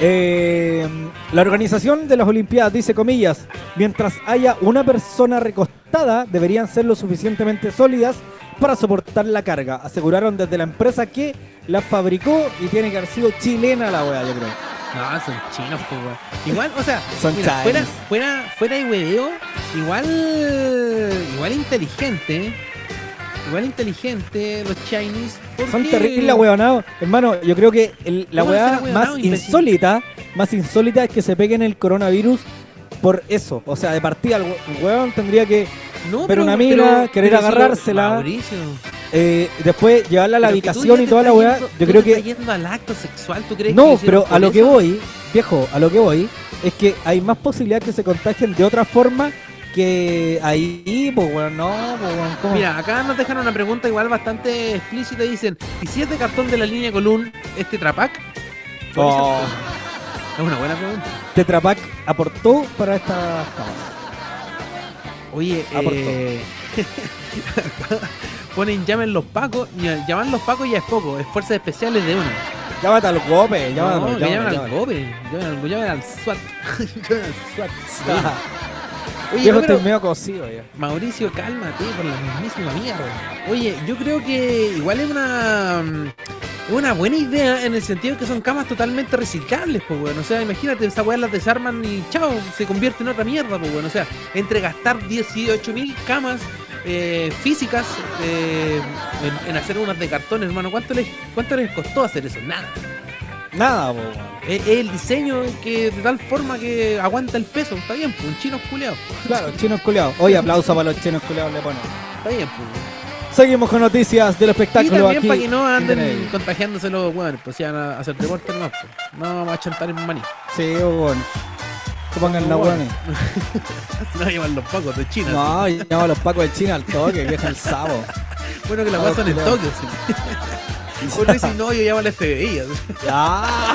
Eh, la organización de las Olimpiadas dice comillas, mientras haya una persona recostada, deberían ser lo suficientemente sólidas para soportar la carga. Aseguraron desde la empresa que la fabricó y tiene que haber sido chilena la weá, yo creo. No, son chinos, po, weón. Igual, o sea, Son mira, fuera, chinos. fuera, fuera de hueveo, igual, igual inteligente, ¿eh? igual inteligente los Chinese. porque- Son terribles weonados. Hermano, yo creo que el- la ¿Cómo no weá será weonado, más imbécil? insólita, más insólita es que se peguen el coronavirus por eso. O sea, de partida el we- el weón tendría que No, pero una mina, querer si lo- agarrársela. Mauricio, eh, después llevarla a la pero que tú habitación ya y te toda la estás weá. Yo yendo- tú creo te que estás yendo al acto sexual, ¿tú crees que lo No, hicieron pero a por lo que eso? voy, viejo, a lo que voy, es que hay más posibilidad que se contagien de otra forma que ahí, pues bueno, no, pues bueno, ¿cómo? Mira, acá nos dejan una pregunta igual bastante explícita. Dicen: ¿Y si es de cartón de la línea Column, este Trapac? Oh, Es una buena pregunta. Tetra Pak aportó para estas camas. Oye, Aportó. eh, ponen llamen los pacos. ya- Llaman los pacos ya es poco, es fuerzas especiales de una. Llámate al golpe, No, llámate, que llaman al gobe, llaman al, llaman al SWAT. llaman al SWAT. Oye, Viejo, no, pero- estoy medio cocido ya. Mauricio, cálmate por la mismísima mierda. Oye, yo creo que igual es una mm, es una buena idea en el sentido que son camas totalmente reciclables, pues weón. O sea, imagínate, esa weá las desarman y chao, se convierte en otra mierda, pues weón. O sea, entre gastar 18.000 camas eh, físicas eh, en, en hacer unas de cartón, hermano, ¿cuánto les, ¿cuánto les costó hacer eso? Nada. Nada, pues bueno. Es es el diseño que de tal forma que aguanta el peso, está bien, pues un chino culeado, Claro, chinos culeados. Oye, aplauso para los chinos culeados, le ponen. está bien, pues. weón. Seguimos con noticias del Y espectáculo también aquí. para que no anden Teneré. contagiándose los hueones, pues si van a hacer deporte no, pues. no vamos a chantar en maní. Sí, pues bueno. Se pongan la buena. No llevan los pacos de China. No, llamo a los pacos de China al toque, viejo el sabo. así. Bueno que la no, pasan en culiao. Tokio, sí. Uno dice, no, yo llamo al FBI. así. Ah.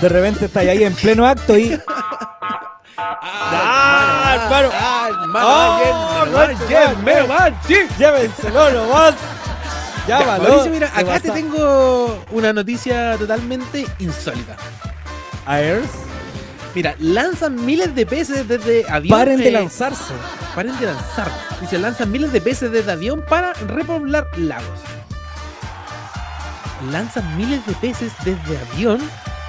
De repente está ahí en pleno acto y. ¡Ah, hermano! ¡Ah, hermano! ¡Oh, ¡Ah, bien, conche, bien, madre! bien, man, sí! ¡Llévenselo nomás! ¡Llámalo! Mauricio, mira, de acá te WhatsApp. tengo una noticia totalmente insólita. A ver, Mira, lanzan miles de peces desde aviones. paren de lanzarse. paren de lanzar. Y se lanzan miles de peces desde avión para repoblar lagos. Lanzan miles de peces desde avión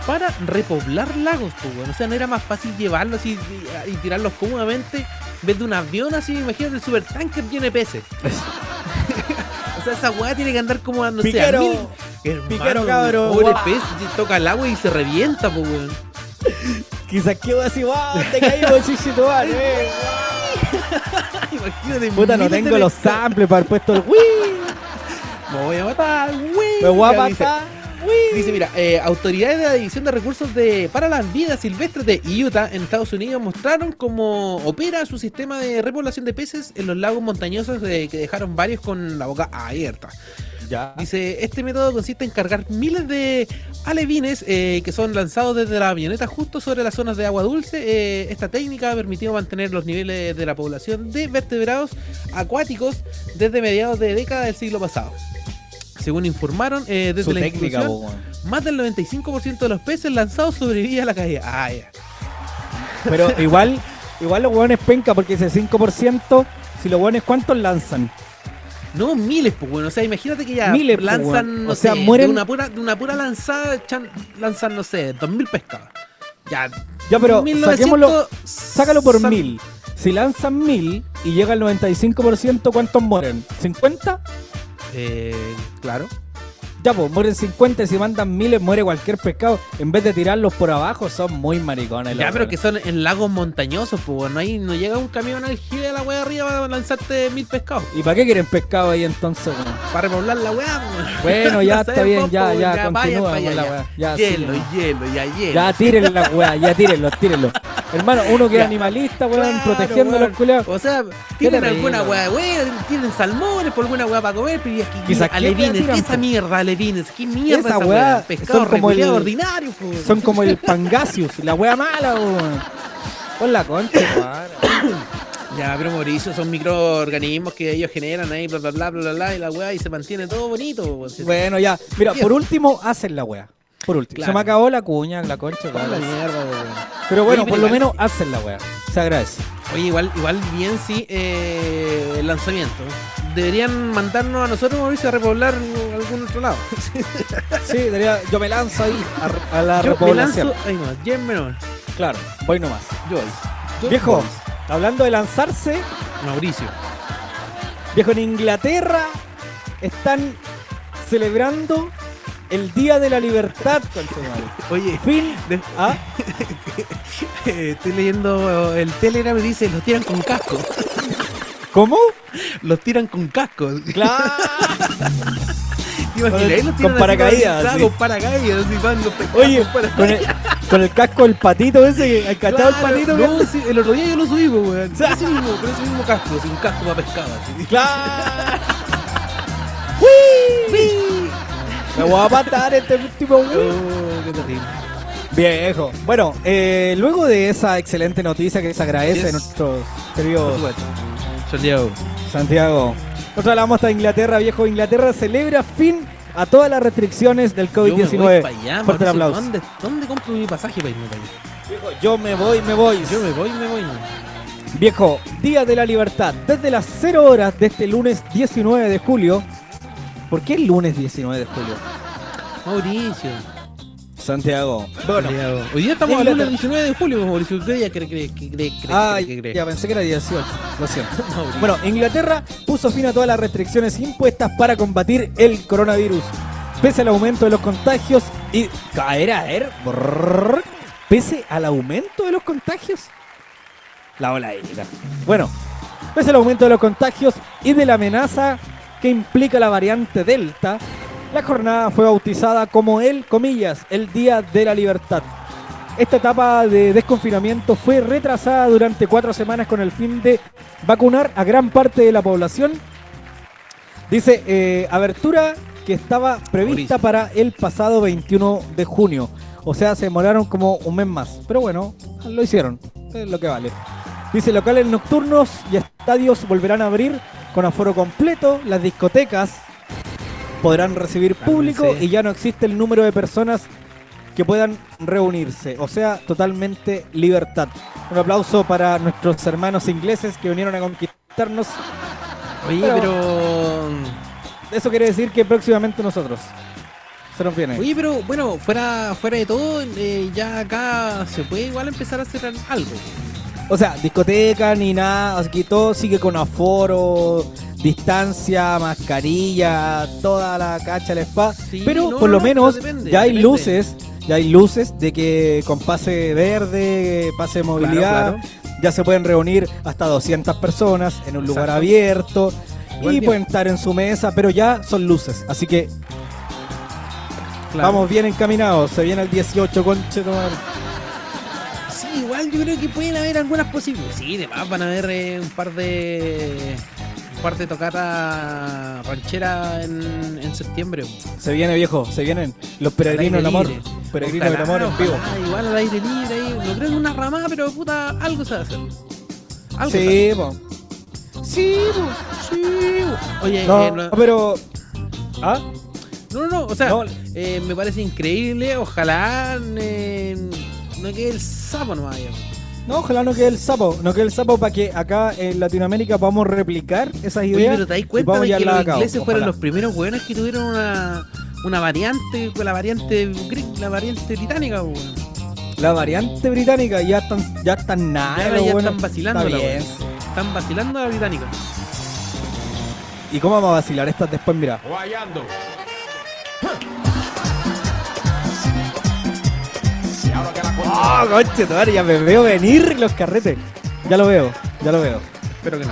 para repoblar lagos, pues, weón. O sea, no era más fácil llevarlos y, y- y tirarlos cómodamente en vez de un avión así. Imagínate, el supertanker lleno de peces. o sea, esa weá tiene que andar como, no sé, a Piquero. mil- Hermano, Piquero, cabro. Pobre Guau. pez, toca el agua y se revienta, pues, weón. Quizás quedo así, ¡guau! ¡Te caímos, chichito, vale! Imagínate, Puta, no miles de tengo los peces. samples para haber puesto el ¡Wii! Me voy a matar, güey. ¡Me voy a Ya dice- matar! Dice, mira, eh, autoridades de la División de Recursos de para las Vidas Silvestres de Utah en Estados Unidos mostraron cómo opera su sistema de repoblación de peces en los lagos montañosos de- que dejaron varios con la boca abierta. Ya. Dice, este método consiste en cargar miles de alevines eh, que son lanzados desde la avioneta justo sobre las zonas de agua dulce. Eh, esta técnica ha permitido mantener los niveles de la población de vertebrados acuáticos desde mediados de década del siglo pasado. Según informaron, eh, desde Su la técnica, institución, po, weón. más del 95% de los peces lanzados sobrevivían a la caída. Ah, ya. Pero igual, igual los hueones penca porque ese 5%, si los hueones, ¿cuántos lanzan? No, miles, pues bueno. O sea, imagínate que ya Miles, pues, lanzan, weón. no O sea, sé, mueren- de, una pura, de una pura lanzada, echan- lanzan, no sé, 2.000 pescados. Ya, Ya, pero 1900 saquémoslo, sácalo por sal- mil. Si lanzan mil y llega al 95%, ¿cuántos mueren? ¿50? Eh, claro. Ya, pues mueren 50 y si mandan miles muere cualquier pescado. En vez de tirarlos por abajo, son muy maricones. ya, los pero que hueones. son en lagos montañosos, pues bueno, ahí no llega un camión al gire de la wea arriba para lanzarte mil pescados. ¿Y para qué quieren pescado ahí entonces? weón? Para repoblar la wea, pues, bueno. Bueno, ya No está sé, bien, vos, ya, pues, ya, ya, continúa vayan para con allá, la ya. weá. Ya, sí, no. hielo, hielo, ya hielo. ya, tírenla, weá, ya tírenlo, tírenlo. Hermano, uno que es Ya. animalista, weón, Claro, protegiendo a weón. los culeados. O sea, tienen terrible, alguna weón. weá, weón, tienen salmones por alguna weá para comer, pero y aquí Quizás, ¿qué weá alevines, tiran, ¿qué esa po? mierda, alevines, qué mierda Esa esa, weá weá, pescado son como el- reculeado ordinario, po. Son como el Pangasius, la wea mala, weón. Con la concha, weón. Ya, pero Mauricio, son microorganismos que ellos generan ahí, bla bla bla bla bla, bla, y la weá y se mantiene todo bonito, po, weón. Se- Bueno, ya. Mira, por Bien. último, hacen la wea. Por último. Se Claro. me acabó la cuña, la concha, toda la weón. mierda, po, weón. Pero bueno, Oye, por lo mira, menos hacen la wea. Se agradece. Oye, igual, igual bien sí eh, el lanzamiento. Deberían mandarnos a nosotros, Mauricio, a repoblar algún otro lado. Sí, debería- yo me lanzo ahí a, a la Yo me repoblación. lanzo, ahí nomás, Jen Menor, Claro, voy nomás. Joyce. Joyce Viejo, Boys, hablando de lanzarse, Mauricio. viejo, en Inglaterra están celebrando el Día de la Libertad, concha de madre. Oye, Fin ¿Ah? de- ah, a eh, estoy leyendo eh, el Telegram y dice, los tiran con casco. ¿Cómo? Los tiran con casco. Claro. ¿Te imaginas? Con- Ahí los con tiran así, paracaídas, claro, sí. Con paracaídas, así van los pescados Oye, con paracaídas. con el, con el casco del patito ese, ¿hay cachado Claro, el patito? no, weón? sí, el otro día yo lo subí, po, weón. Con ese mismo, con ese mismo casco, así, un casco para pescado. así. Claro. ¡Uy! Me voy a matar este último weón. Oh, qué terrible. Viejo. Bueno, eh, luego de esa excelente noticia que les agradece Yes. a nuestros queridos Santiago. Santiago. Nosotros hablamos hasta Inglaterra, viejo. Inglaterra celebra fin a todas las restricciones del Yo me voy pa' COVID-19. allá, Fuerte el Mauricio, aplauso. ¿Dónde, ¿Dónde compro mi pasaje para irme para allá? Yo me voy, me voy. Yo me voy, me voy. no. Viejo, Día de la Libertad. Desde las 0 horas de este lunes 19 de julio. ¿Por qué el lunes 19 de julio? Mauricio. Santiago. Bueno. Santiago. Hoy día estamos Inglaterra. el lunes 19 de julio, pues, Mauricio. Usted ya cree, cree, cree, cree, Ah, cree, cree. ya pensé que era 18. Lo siento. Mauricio. Bueno, Inglaterra puso fin a todas las restricciones impuestas para combatir el coronavirus. Pese al aumento de los contagios y. Caer a ver. brrr, Pese al aumento de los contagios. La ola hídrica. Bueno, pese al aumento de los contagios y de la amenaza que implica la variante Delta, la jornada fue bautizada como el, comillas, el Día de la Libertad. Esta etapa de desconfinamiento fue retrasada durante cuatro semanas con el fin de vacunar a gran parte de la población. Dice, eh, abertura que estaba prevista Mauricio. para el pasado 21 de junio. O sea, se demoraron como un mes más. Pero bueno, lo hicieron. Es lo que vale. Dice, locales nocturnos y estadios volverán a abrir con aforo completo. Las discotecas podrán recibir público Cálmense. y ya no existe el número de personas que puedan reunirse. O sea, totalmente libertad. Un aplauso para nuestros hermanos ingleses que vinieron a conquistarnos. Oye, pero- pero... Eso quiere decir que próximamente nosotros. Se nos viene. Oye, pero bueno, fuera, fuera de todo, eh, ya acá se puede igual empezar a cerrar algo. O sea, discoteca ni nada, así que todo sigue con aforo, distancia, mascarilla, toda la cacha, el spa. Sí, pero no, por no, lo no, menos pero depende, ya hay depende. luces, ya hay luces de que con pase verde, pase de movilidad, claro. ya se pueden reunir hasta 200 personas en un lugar Exacto. abierto Igual y bien. pueden estar en su mesa, pero ya son luces, así que Claro. vamos bien encaminados, se viene el 18, conche tu madre. Sí, igual yo creo que pueden haber algunas posibles. Sí, demás van a haber eh, un par de. Un par de tocatas ranchera en, en septiembre. Se viene viejo, se vienen los peregrinos Al del aire amor, libre. peregrinos del Ojalá, amor en vivo. ojalá, Igual al aire libre ahí. No creo que una ramada, pero puta, algo se va a hacer. Algo se va a Sí, hacer. po. Sí, po, sí. po. Oye, eh, No, no- pero. ¿Ah? No, no, no, o sea, No. eh, me parece increíble, ojalá eh, no quede el sapo nomás allá. No, ojalá no quede el sapo. No quede el sapo para que acá en Latinoamérica podamos replicar esas Oye, ideas. pero te das y cuenta podamos de que llevarlas los a cabo, ingleses fueron ojalá. los primeros hueones que tuvieron una, una variante, con la variante gre- la variante británica, weón. La variante británica ya están, ya están nada. Ya, los ya buenos. están vacilando Está la bien. weón. Están vacilando a la británica. ¿Y cómo vamos a vacilar estas después? Mira. Guayando. ¡Oh, coche, tu madre, Ya me veo venir los carretes. Ya lo veo, ya lo veo. Espero que no.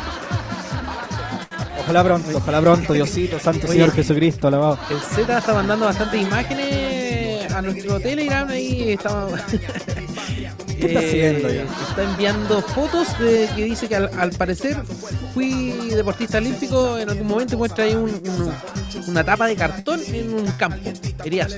Ojalá pronto, ojalá pronto, Diosito, Santo Oye. Señor Jesucristo, alabado. El Z está mandando bastantes imágenes a nuestro Telegram ahí estaba ¿Qué está haciendo ya? Eh, Está enviando fotos de que dice que al, al parecer fui deportista olímpico en algún momento y muestra ahí un- un- una tapa de cartón en un campo. Eriazo.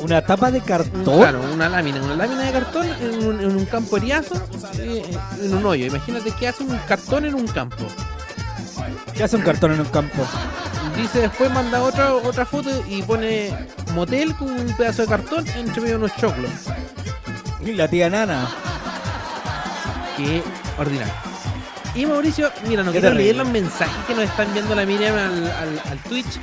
¿Una tapa de Un- cartón? Claro, una lámina, una lámina de cartón en un, en un campo eriazo, eh, en un hoyo. Imagínate que hace un cartón en un campo. ¿Qué hace un cartón en un campo? Dice después manda otra otra foto y pone motel con un pedazo de cartón entre medio de unos choclos. Y la tía Nana. Qué ordinario. Y Mauricio, mira, no Qué quiero terrible. leer los mensajes que nos están viendo la Miriam al, al- al Twitch.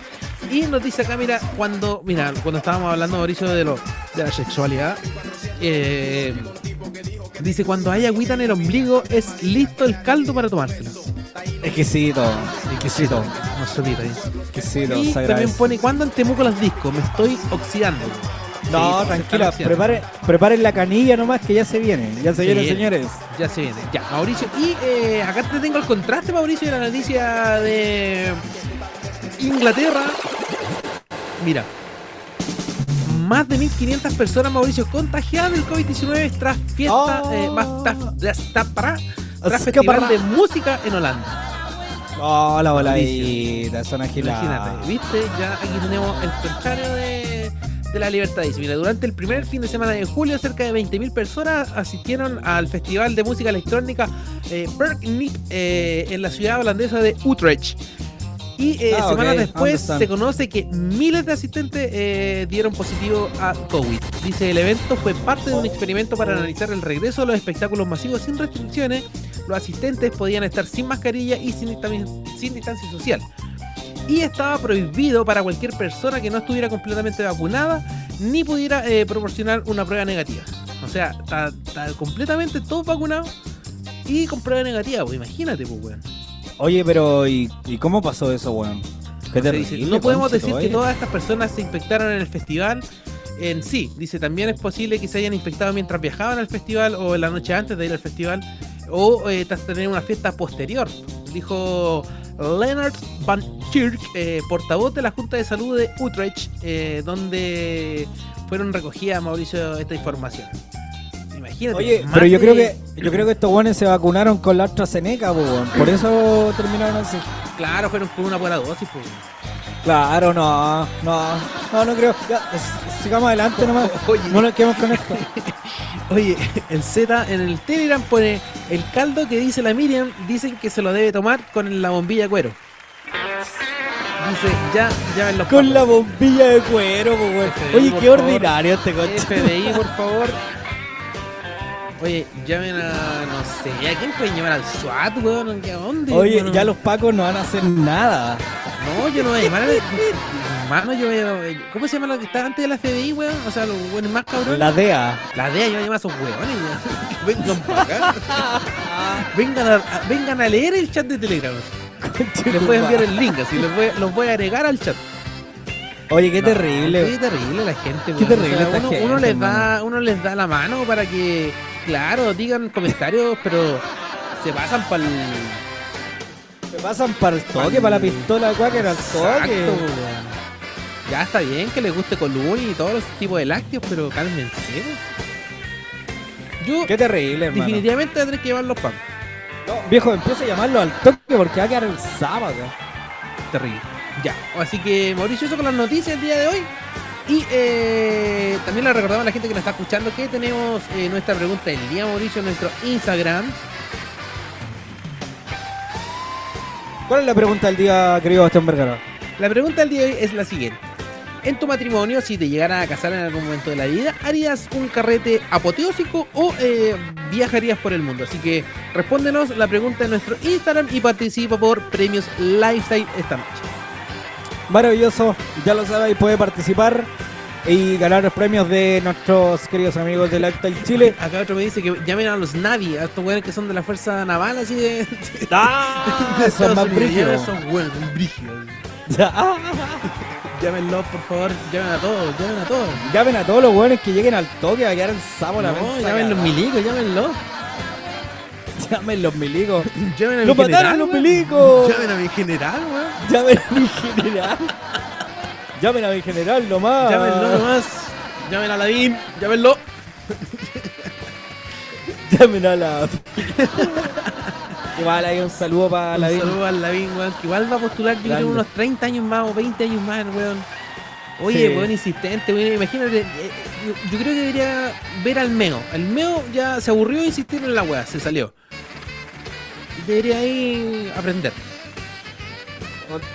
Y nos dice acá, mira, cuando, mira, cuando estábamos hablando, Mauricio, de lo, de la sexualidad, eh, dice, cuando hay agüita en el ombligo, es listo el caldo para tomárselo. Exquisito. Exquisito. No sopita, dice. Exquisito. Y se agradece. también pone, ¿cuándo en Temuco los discos? Me estoy oxidando. No, tranquila, Sí, se están oxidando. preparen, preparen la canilla nomás que ya se viene, ya se Se viene, viene. señores. Ya se viene, ya, Mauricio. Y eh, acá te tengo el contraste, Mauricio, de la noticia de Inglaterra. Mira, más de 1.500 personas, Mauricio, contagiadas del COVID-19 tras fiesta, Oh. eh, más tras, tras, tras- para- tras Escaparra. festival de música en Holanda. Oh, la voladita, son agiladas. Imagínate, ¿viste? Ya aquí tenemos el contrario de, de la libertad. Dice, mira, durante el primer fin de semana de julio, cerca de 20.000 personas asistieron al Festival de Música Electrónica eh, Berknik, eh, en la ciudad holandesa de Utrecht. Y eh, Ah, semanas ok, después understand. se conoce que miles de asistentes eh, dieron positivo a COVID. Dice, el evento fue parte de un experimento para analizar el regreso de los espectáculos masivos sin restricciones. Los asistentes podían estar sin mascarilla y sin distami- sin distancia social y estaba prohibido para cualquier persona que no estuviera completamente vacunada ni pudiera eh, proporcionar una prueba negativa. O sea, está, está completamente todos vacunados y con prueba negativa, pues imagínate, pues, weón. Oye, pero ¿y, y cómo pasó eso, weón? Qué Se terrible. dice, no podemos conchito, decir que oye. todas estas personas se infectaron en el festival en sí. Dice, también es posible que se hayan infectado mientras viajaban al festival o en la noche antes de ir al festival o eh, tras tener una fiesta posterior. Dijo Leonard Van Kirk, eh, portavoz de la Junta de Salud de Utrecht, eh, donde fueron recogidas, Mauricio, esta información. Imagínate. Oye, más pero yo de- creo que yo creo que estos weones se vacunaron con la AstraZeneca, po, weón. Por eso terminaron así. Claro, fueron con una buena dosis, pues. Claro, no, no, no, no creo. Ya, s- sigamos adelante nomás. Oye. No nos quedemos con esto. Oye, el Z en el Telegram pone el caldo que dice la Miriam, dicen que se lo debe tomar con la bombilla de cuero. Dice, ya, ya en los Con la papos. bombilla de cuero, po, weón. FBI, Oye, por qué favor. ordinario este coche. FBI, por favor. Oye, llamen a, no sé, ¿a quién pueden llamar al SWAT, weón? ¿A dónde? Oye, hermano? ya los pacos no van a hacer nada. No, yo no voy a llamar a... Hermano, yo voy a- ¿Cómo se llama lo que está antes de la FBI, weón? O sea, los weones más cabrones. La DEA. La DEA yo voy a llamar a esos huevones. ya. Vengan para acá. vengan, a, a- vengan a leer el chat de Telegram. Les voy a enviar el link, así los voy, los voy a agregar al chat. Oye, qué No, Qué terrible. terrible la gente, Qué weón. O terrible sea, esta uno, gente, uno les da, hermano. uno les da la mano para que, claro, digan comentarios, pero se pasan para el Se pasan para el toque, para la pistola de Quaker al toque. Ya está bien que les guste Coluni y todos los tipos de lácteos, pero cálmense. Yo Qué terrible, hermano. definitivamente voy a tener que llevar los pan. No, viejo, empieza a llamarlo al toque porque va a quedar el sábado. terrible. Ya, así que Mauricio, eso con las noticias del día de hoy. Y eh, también le recordamos a la gente que nos está escuchando que tenemos eh, nuestra pregunta del día, Mauricio, en nuestro Instagram. ¿Cuál es la pregunta del día, querido Bastián Vergara? La pregunta del día de hoy es la siguiente. En tu matrimonio, si te llegaran a casar en algún momento de la vida, ¿harías un carrete apoteósico o eh, viajarías por el mundo? Así que respóndenos la pregunta en nuestro Instagram y participa por premios Lifestyle esta noche. Maravilloso, ya lo sabéis, puede participar y ganar los premios de nuestros queridos amigos del Acta del Chile. Acá otro me dice que llamen a los Navi, a estos weones que son de la Fuerza Naval, así de. de ¡Ah! Son Estados más Unidos. Llamen a brígidos. esos weones, son brígidos. Ah, Llámenlos, por favor, llamen a todos, llamen a todos. Llamen a todos los buenos que lleguen al toque, va a quedar el sábado la no, mensa llamen los cagada. milicos, llámenlos. Llamen los milicos. Llamen a ¡Lo mi mataron general, los weón. milicos! Llamen a mi general, weón. Llamen a mi general. Llamen a mi general nomás. Llámenlo nomás. Llamen a Lavín, llámenlo. Llamen a la. Igual hay un saludo para la Un saludo al Lavín, weón, que igual va a postular, yo Grande. creo, unos 30 años más o 20 años más, weón. Oye, Sí. weón, insistente, weón, imagínate, eh, yo, yo creo que debería ver al Meo. El Meo ya se aburrió de insistir en la weá, se salió. Debería ahí aprender.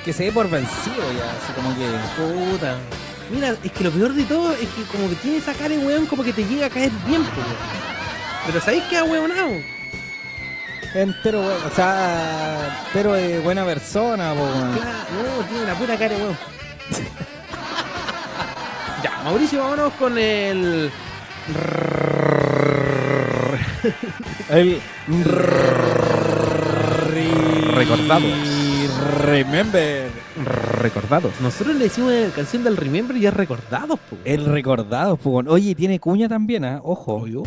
Que se dé por vencido ya, así como que. Puta. Mira, es que lo peor de todo es que como que tiene esa cara de weón, como que te llega a caer bien, po, weón. Pero ¿sabéis qué ha weonado? Entero, bueno, o sea, entero de buena persona, po, weón. No, tiene una pura cara de huevo. ya, Mauricio, vámonos con el. El. Recordados. Remember. Recordados. Nosotros le decimos en la canción del Remember y es Recordados, po. El recordado, po, weón. Oye, tiene cuña también, ¿ah? Ojo. Obvio.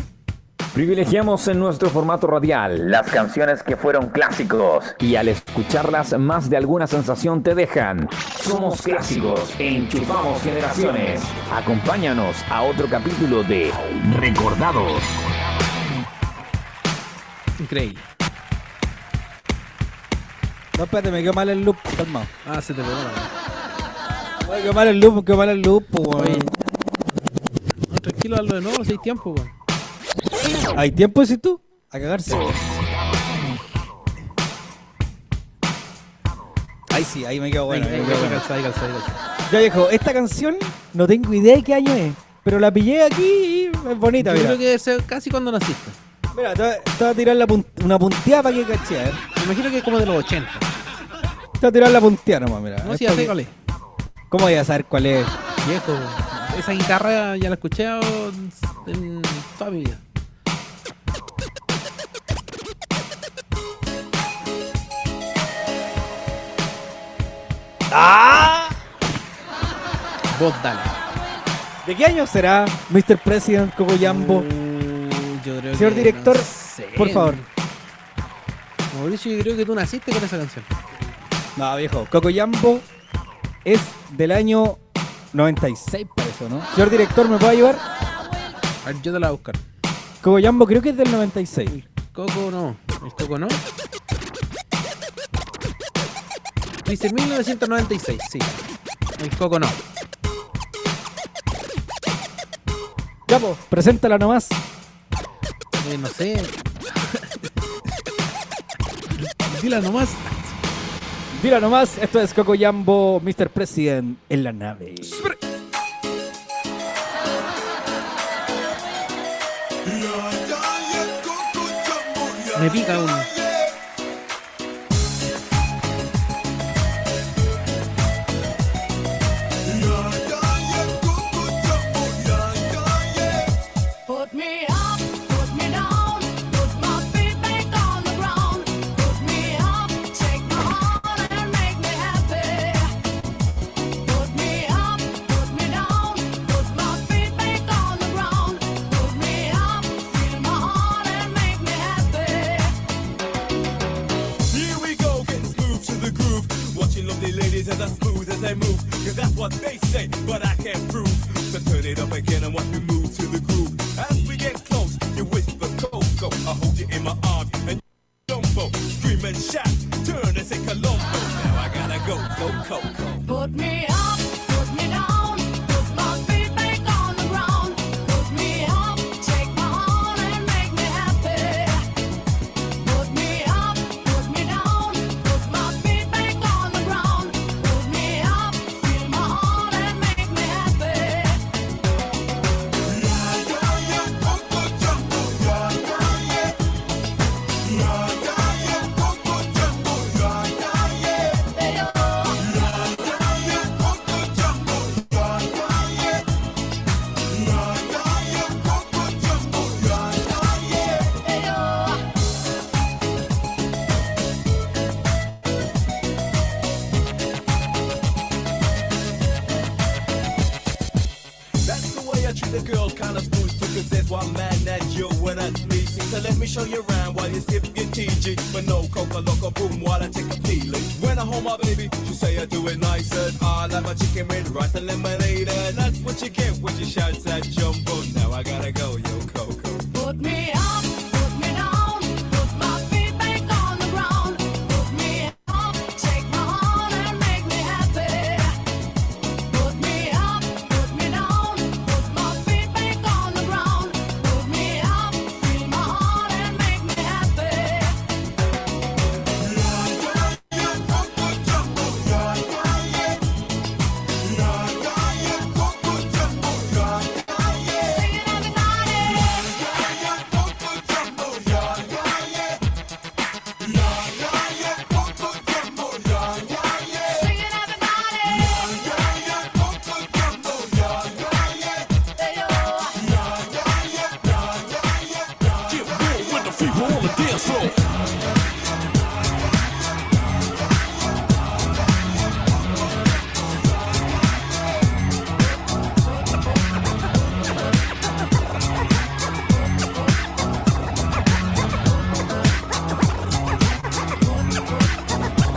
Privilegiamos en nuestro formato radial las canciones que fueron clásicos y al escucharlas más de alguna sensación te dejan. Somos clásicos, enchufamos generaciones. Acompáñanos a otro capítulo de Recordados. Increíble. No, espérate, me quedó mal el loop, calmado. Ah, se te pegó la mano. Me quedó mal el loop, me quedó mal el loop, po, weón. Oye. No, tranquilo, hazlo de nuevo, si hay tiempo, weón. ¿Hay tiempo, si tú? A cagarse. Ahí sí, ahí me quedo bueno. Ahí, ahí ahí, me quedo ahí, bueno. calzado, ahí, calzado, ahí, calzado. Ya viejo, esta canción no tengo idea de qué año es, pero la pillé aquí y es bonita, Yo mira. creo que es casi cuando naciste. Mira, te voy a- te voy a tirar la pun- una punteada para que caché, a ver. Me imagino que es como de los 80. Te voy a tirar la punteada nomás, mira. No, Es si ya porque- sé cuál es. ¿Cómo voy a saber cuál es? Viejo, weón. esa guitarra ya la escuché oh, en toda mi vida. ¡Ah! Vos dale. ¿De qué año será Mr. President Cocoyambo? Mm, yo creo Señor que director, no sé. por favor. Mauricio, yo creo que tú naciste con esa canción. No, viejo, Cocoyambo es del año 96, parece, ¿o ¿no? Señor director, ¿me puede ayudar? A ver, yo te la voy a buscar. Cocoyambo creo que es del 96. Coco no. El Coco no. Dice 1996, sí. El Coco no. Ya, po, preséntala nomás. Eh, no sé. Dila nomás. Dila nomás, esto es Cocoyambo, Mr. President en la nave. Me pica uno. Put me up, put me down, put my feet back on the ground. Put me up, take my heart and make me happy. Put me up, put me down, put my feet back on the ground. Put me up, fill my heart and make me happy. Here we go, getting smooth to the groove. Watching lovely ladies as I smooth as they move. Cause that's what they say, but I can't prove. So turn it up again and watch me move to the groove. As we get close, you whisper Coco. I hold you in my arms and jumbo. Scream and shout, turn and say Colombo. Now I gotta go, go Coco. Put me up, put me down, put my feet back on the ground. Put me up, take my heart and make me happy. Put me up, put me down, put my feet back on the ground. Put me up, fill my heart and make me happy. That's the way I treat a girl, kind of smooth too, cause that's why I'm mad at you when I please. So let me show you around while you sip your TG. But no coca loco boom while I take a peeling. When I hold my baby, she say I do it nicer. I like my chicken with rice and lemonade. And that's what you get when you shout that jumbo. Now I gotta go, yo, Coco. Put me up, put me flow.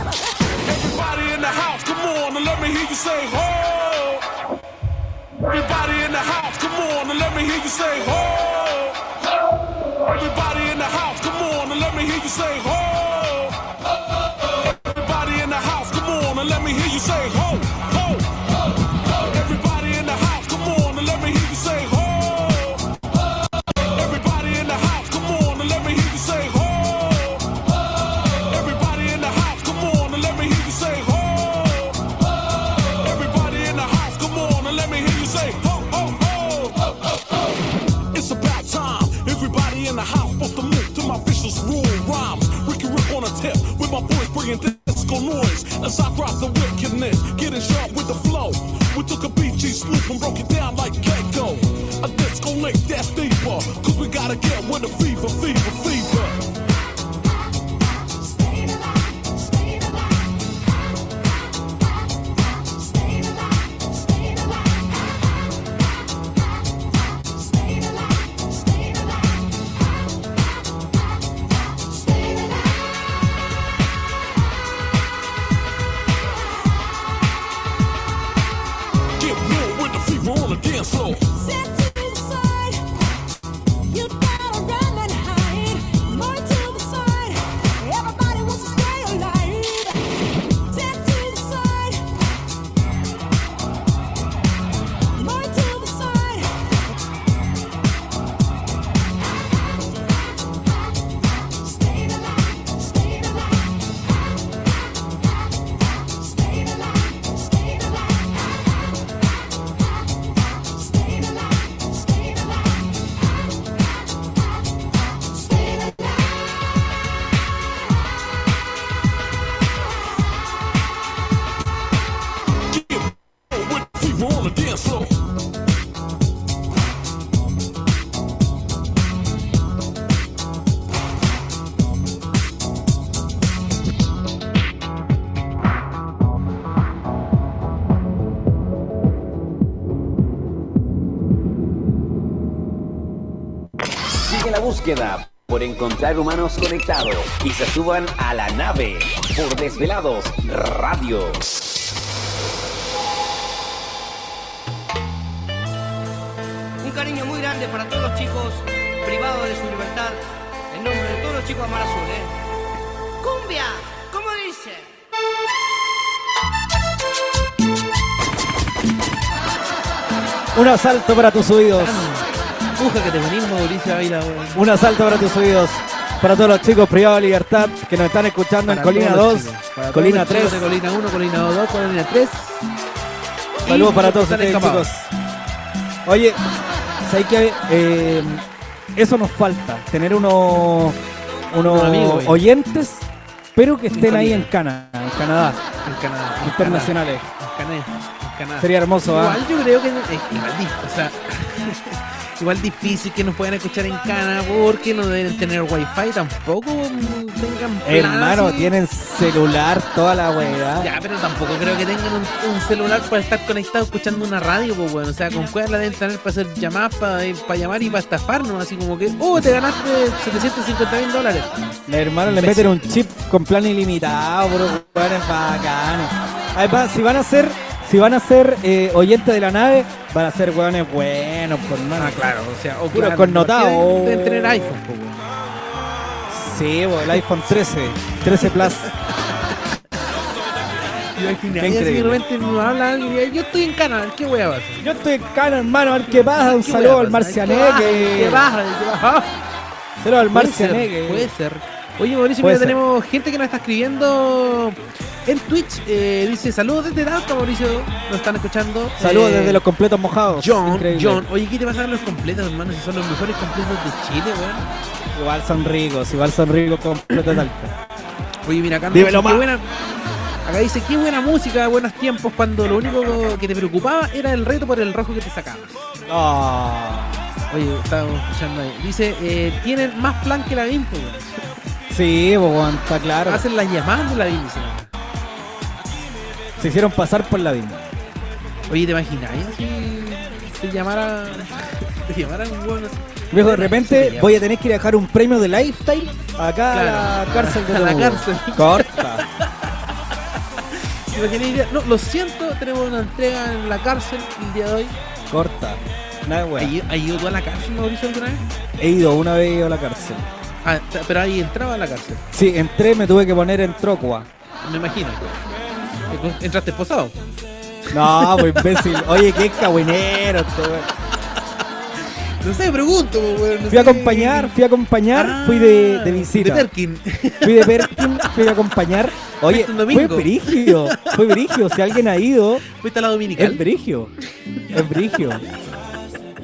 Everybody in the house, come on and let me hear you say ho. Everybody in the house, come on and let me hear you say ho. Everybody in the house, come on and let me hear you say ho. Everybody in the house, come on and let me hear you say ho. ho. Everybody in the house, come on and let me hear you say ho. Everybody in the house, come on and let me hear you say ho. Everybody in the house, come on and let me hear you say ho. Everybody in the house, come on and let me hear you say ho ho ho. It's about time. Everybody in the house supposed to move to my vicious rule rhymes. Ricky Rick on a tip with my boys bringing disco noise as I drop the wickedness, getting sharp with the flow. We took a BG swoop and broke it down like Gecko. A disco link that's deeper, cause we gotta get with the fever, fever, fever. Get real with the fever on the dance floor. Get real with the fever on the dance floor. Sigue la búsqueda por encontrar humanos conectados y se suban a la nave por Desvelados Radio. Un cariño muy grande para todos los chicos privados de su libertad. En nombre de todos los chicos de Mar Azul, ¿eh? ¡Cumbia! ¿Cómo dice? Un asalto para tus oídos. Puja que te venís, Mauricio Ávila, weón. Un asalto para tus oídos. Para todos los chicos privados de libertad que nos están escuchando en Para Colina 2, todos los chicos, para todos Colina los chicos 3. de Colina 1, Colina 2, Colina 3. Saludos Y para los todos que están ustedes, escapados. chicos. Oye, ¿sabes qué? Eh, eso nos falta, tener unos, unos Un amigo, güey. oyentes, pero que estén ahí amigo. en Cana, en Canadá, En Canadá. en internacionales. Canadá, en Canadá, en Canadá. Sería hermoso, ¿ah? Igual yo creo que es igual, di- o sea, igual difícil que nos puedan escuchar en Canadá porque no deben tener wifi tampoco. mm, Tengan plan Hermano, así. tienen celular toda la weá. Ya, pero tampoco creo que tengan un, un celular para estar conectado escuchando una radio, pues bueno. O sea, con cuerda deben tener para hacer llamadas, para, para llamar y para estafarnos. Así como que, oh, te ganaste 750 mil dólares. Le- hermano, le meten un chip con plan ilimitado, bro. weón, es bacano. Además, si van a ser, si van a ser eh, oyentes de la nave, van a ser weones buenos, pues, por mano. Ah, claro, o sea, o Puro claro, connotado. Deben, deben tener iPhone, pues bueno. Sí, bo, el iPhone 13, 13 Plus. Qué Imagina, y así de increíble. repente nos habla alguien y dice, yo estoy en Canadá, ¿qué wea pasa? Yo estoy en Cana, hermano, a ver qué pasa. Ah, Un ¿Qué saludo al wea Ah, pasa? Marcianeque. ¿Qué baja? ¿Qué baja? Saludo al Puede ser, Puede Marcianeque. ser. Oye, Mauricio, Puede mira, ser. tenemos gente que nos está escribiendo en Twitch. eh, dice, saludos desde Talca, Mauricio. Nos están escuchando. Saludos Eh, desde los completos mojados. John, Increíble. John. Oye, ¿qué te pasa con los completos, hermano? Si son los mejores completos de Chile, weón. Igual son ricos, igual son ricos completos de alta. Oye, mira, acá nos Dímelo dicen, qué más. buena... Acá dice, qué buena música, buenos tiempos, cuando lo único que te preocupaba era el reto por el rojo que te sacaba. Oh. Oye, estábamos escuchando ahí. Dice, eh, tienen más plan que la info. weón. Sí, pues, weón, está claro. Hacen las llamadas de la Bimbi, señor. Se hicieron pasar por la Bimbi. Oye, ¿te imagináis así? Te llamara. Te llamara un weón así. Viejo, de repente voy a tener que ir a dejar un premio de lifestyle acá a la Claro. cárcel de A la Temuco. cárcel. Corta. ¿Te imagináis? Diría, No, lo siento, tenemos una entrega en la cárcel el día de hoy. Corta. Nada, de wea. ¿Has ido- has ido tú a la cárcel, Mauricio, alguna vez? He ido una vez a la cárcel. Ah, t- pero ahí entraba a la cárcel, Sí, entré, me tuve que poner en trocua. me imagino. ¿Entraste esposado? No, pues imbécil. Oye, qué cagüinero este weón. No sé, pregunto, pues, weón. Fui no a sé. Ah, acompañar, fui a acompañar, fui de, de visita. De Perkin. Fui de Perkin, fui a acompañar. Oye, Fuiste un domingo. fue brigio, fue brigio. Si alguien ha ido, Fuiste a la dominical. es brigio. Es brigio.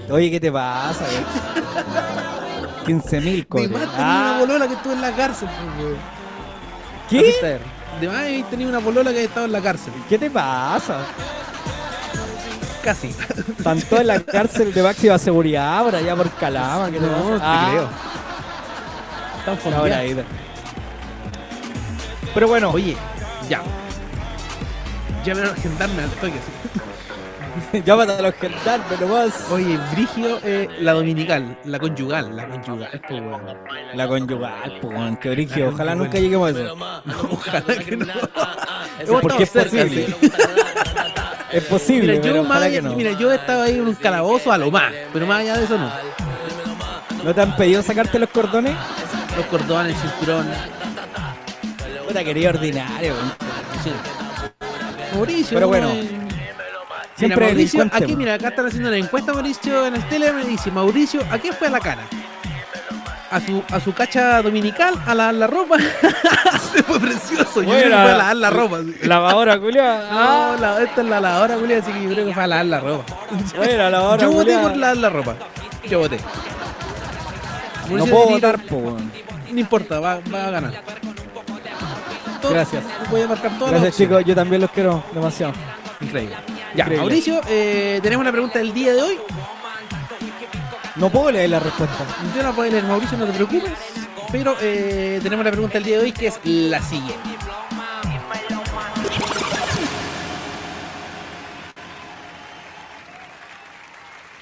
Oye, ¿qué te pasa? 15 mil De coches. más tenía una Ah, bolola que estuvo en la cárcel, pues, weón. ¿Qué? De más he tenido una bolola que estaba en la cárcel. ¿Qué te pasa? Casi. Tanto en la cárcel de máxima seguridad, ahora ya por calama. ¿qué te No, pasa? no te Ah, creo. Tan la hora fondeado. ida. Pero bueno, Oye, ya. Ya me voy a agendarme al toque. así. llámate a los gendarmes nomás. Oye, Brigio, eh, la dominical, la conyugal, la conyugal, pues, weón. La conyugal, pues, weón, qué brigio. Ojalá nunca lleguemos a eso. Ojalá que no. Ah, Hemos Porque estado es cerca, posible. sí. Es posible, Mira, pero yo, más ojalá que allá- no. mira, yo estaba ahí en un calabozo a lo más, pero más allá de eso no. ¿No te han pedido sacarte los cordones? Los cordones, el cinturón. Puta, querido ordinario, weón. sí. Mauricio, Pero no bueno, es- siempre mira, Mauricio, delincuente, aquí man. mira, acá están haciendo una encuesta Mauricio en el tele, me dice, Mauricio, ¿a qué fue a la cara? A su, a su cacha dominical, a lavar la ropa. Se fue precioso. Yo creo que Bueno, Ah. fue a lavar la ropa. sí. Lavadora, culiá. No, la- esta es la lavadora, Julia, así que yo creo que fue a lavar la ropa. Bueno, lavadora, Yo voté culiá. por lavar la ropa. Yo voté. No Mauricio puedo Danilo, votar, po, weón. No importa, va, va a ganar. Todo- Gracias. Voy a marcar todas las Gracias, opciones. chicos. Yo también los quiero demasiado. Increíble. Ya, Increíble. Mauricio, eh, tenemos la pregunta del día de hoy. No puedo leer la respuesta. Yo la puedo leer, Mauricio, no te preocupes. Pero eh, tenemos la pregunta del día de hoy que es la siguiente.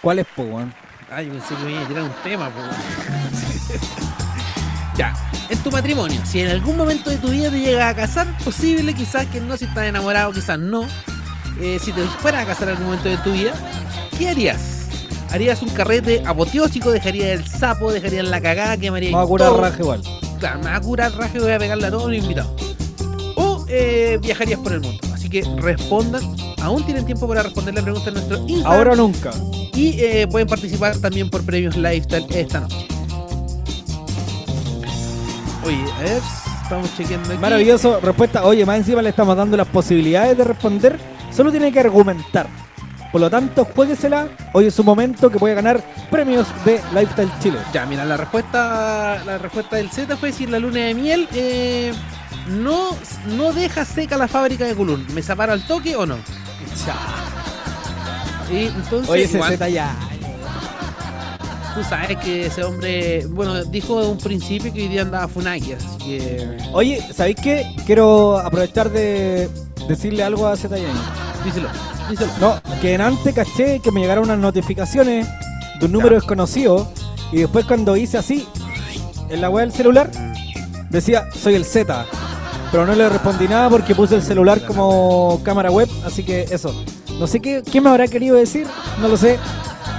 ¿Cuál es, po, weón? Ay, pensé que me iba a tirar un tema, po. ya. En tu matrimonio, si en algún momento de tu vida te llegas a casar, posible quizás que no, si estás enamorado, quizás no. Eh, si te fueras a casar en algún momento de tu vida, ¿qué harías? ¿Harías un carrete apoteósico? ¿Dejarías el sapo? ¿Dejarías la cagada? ¿Quemarías Vamos a curar todo? raja igual. Claro, me va a curar raje y voy a pegarle a todos los invitados. O eh, viajarías por el mundo. Así que respondan. Aún tienen tiempo para responder la pregunta en nuestro Instagram. Ahora o nunca. Y eh, pueden participar también por premios Lifestyle esta noche. Oye, a ver, estamos chequeando aquí. Maravilloso respuesta. Oye, más encima le estamos dando las posibilidades de responder. Solo tiene que argumentar. Por lo tanto, jueguesela. Hoy es su momento que puede ganar premios de Lifestyle Chile. Ya, mira, la respuesta la respuesta del Z fue decir la luna de miel. eh, no, no deja seca la fábrica de Culun. ¿Me separo al toque o no? Y entonces, Oye, ese igual- Z ya. Tú sabes que ese hombre, bueno, dijo de un principio que hoy día andaba Funaki, así que. Oye, ¿sabéis qué? Quiero aprovechar de decirle algo a Z Díselo, díselo. No, que en antes caché que me llegaron unas notificaciones de un número desconocido. Y después cuando hice así, en la web del celular, decía, soy el Z. Pero no le respondí nada porque puse el celular como cámara web, así que eso. No sé qué, qué me habrá querido decir, no lo sé.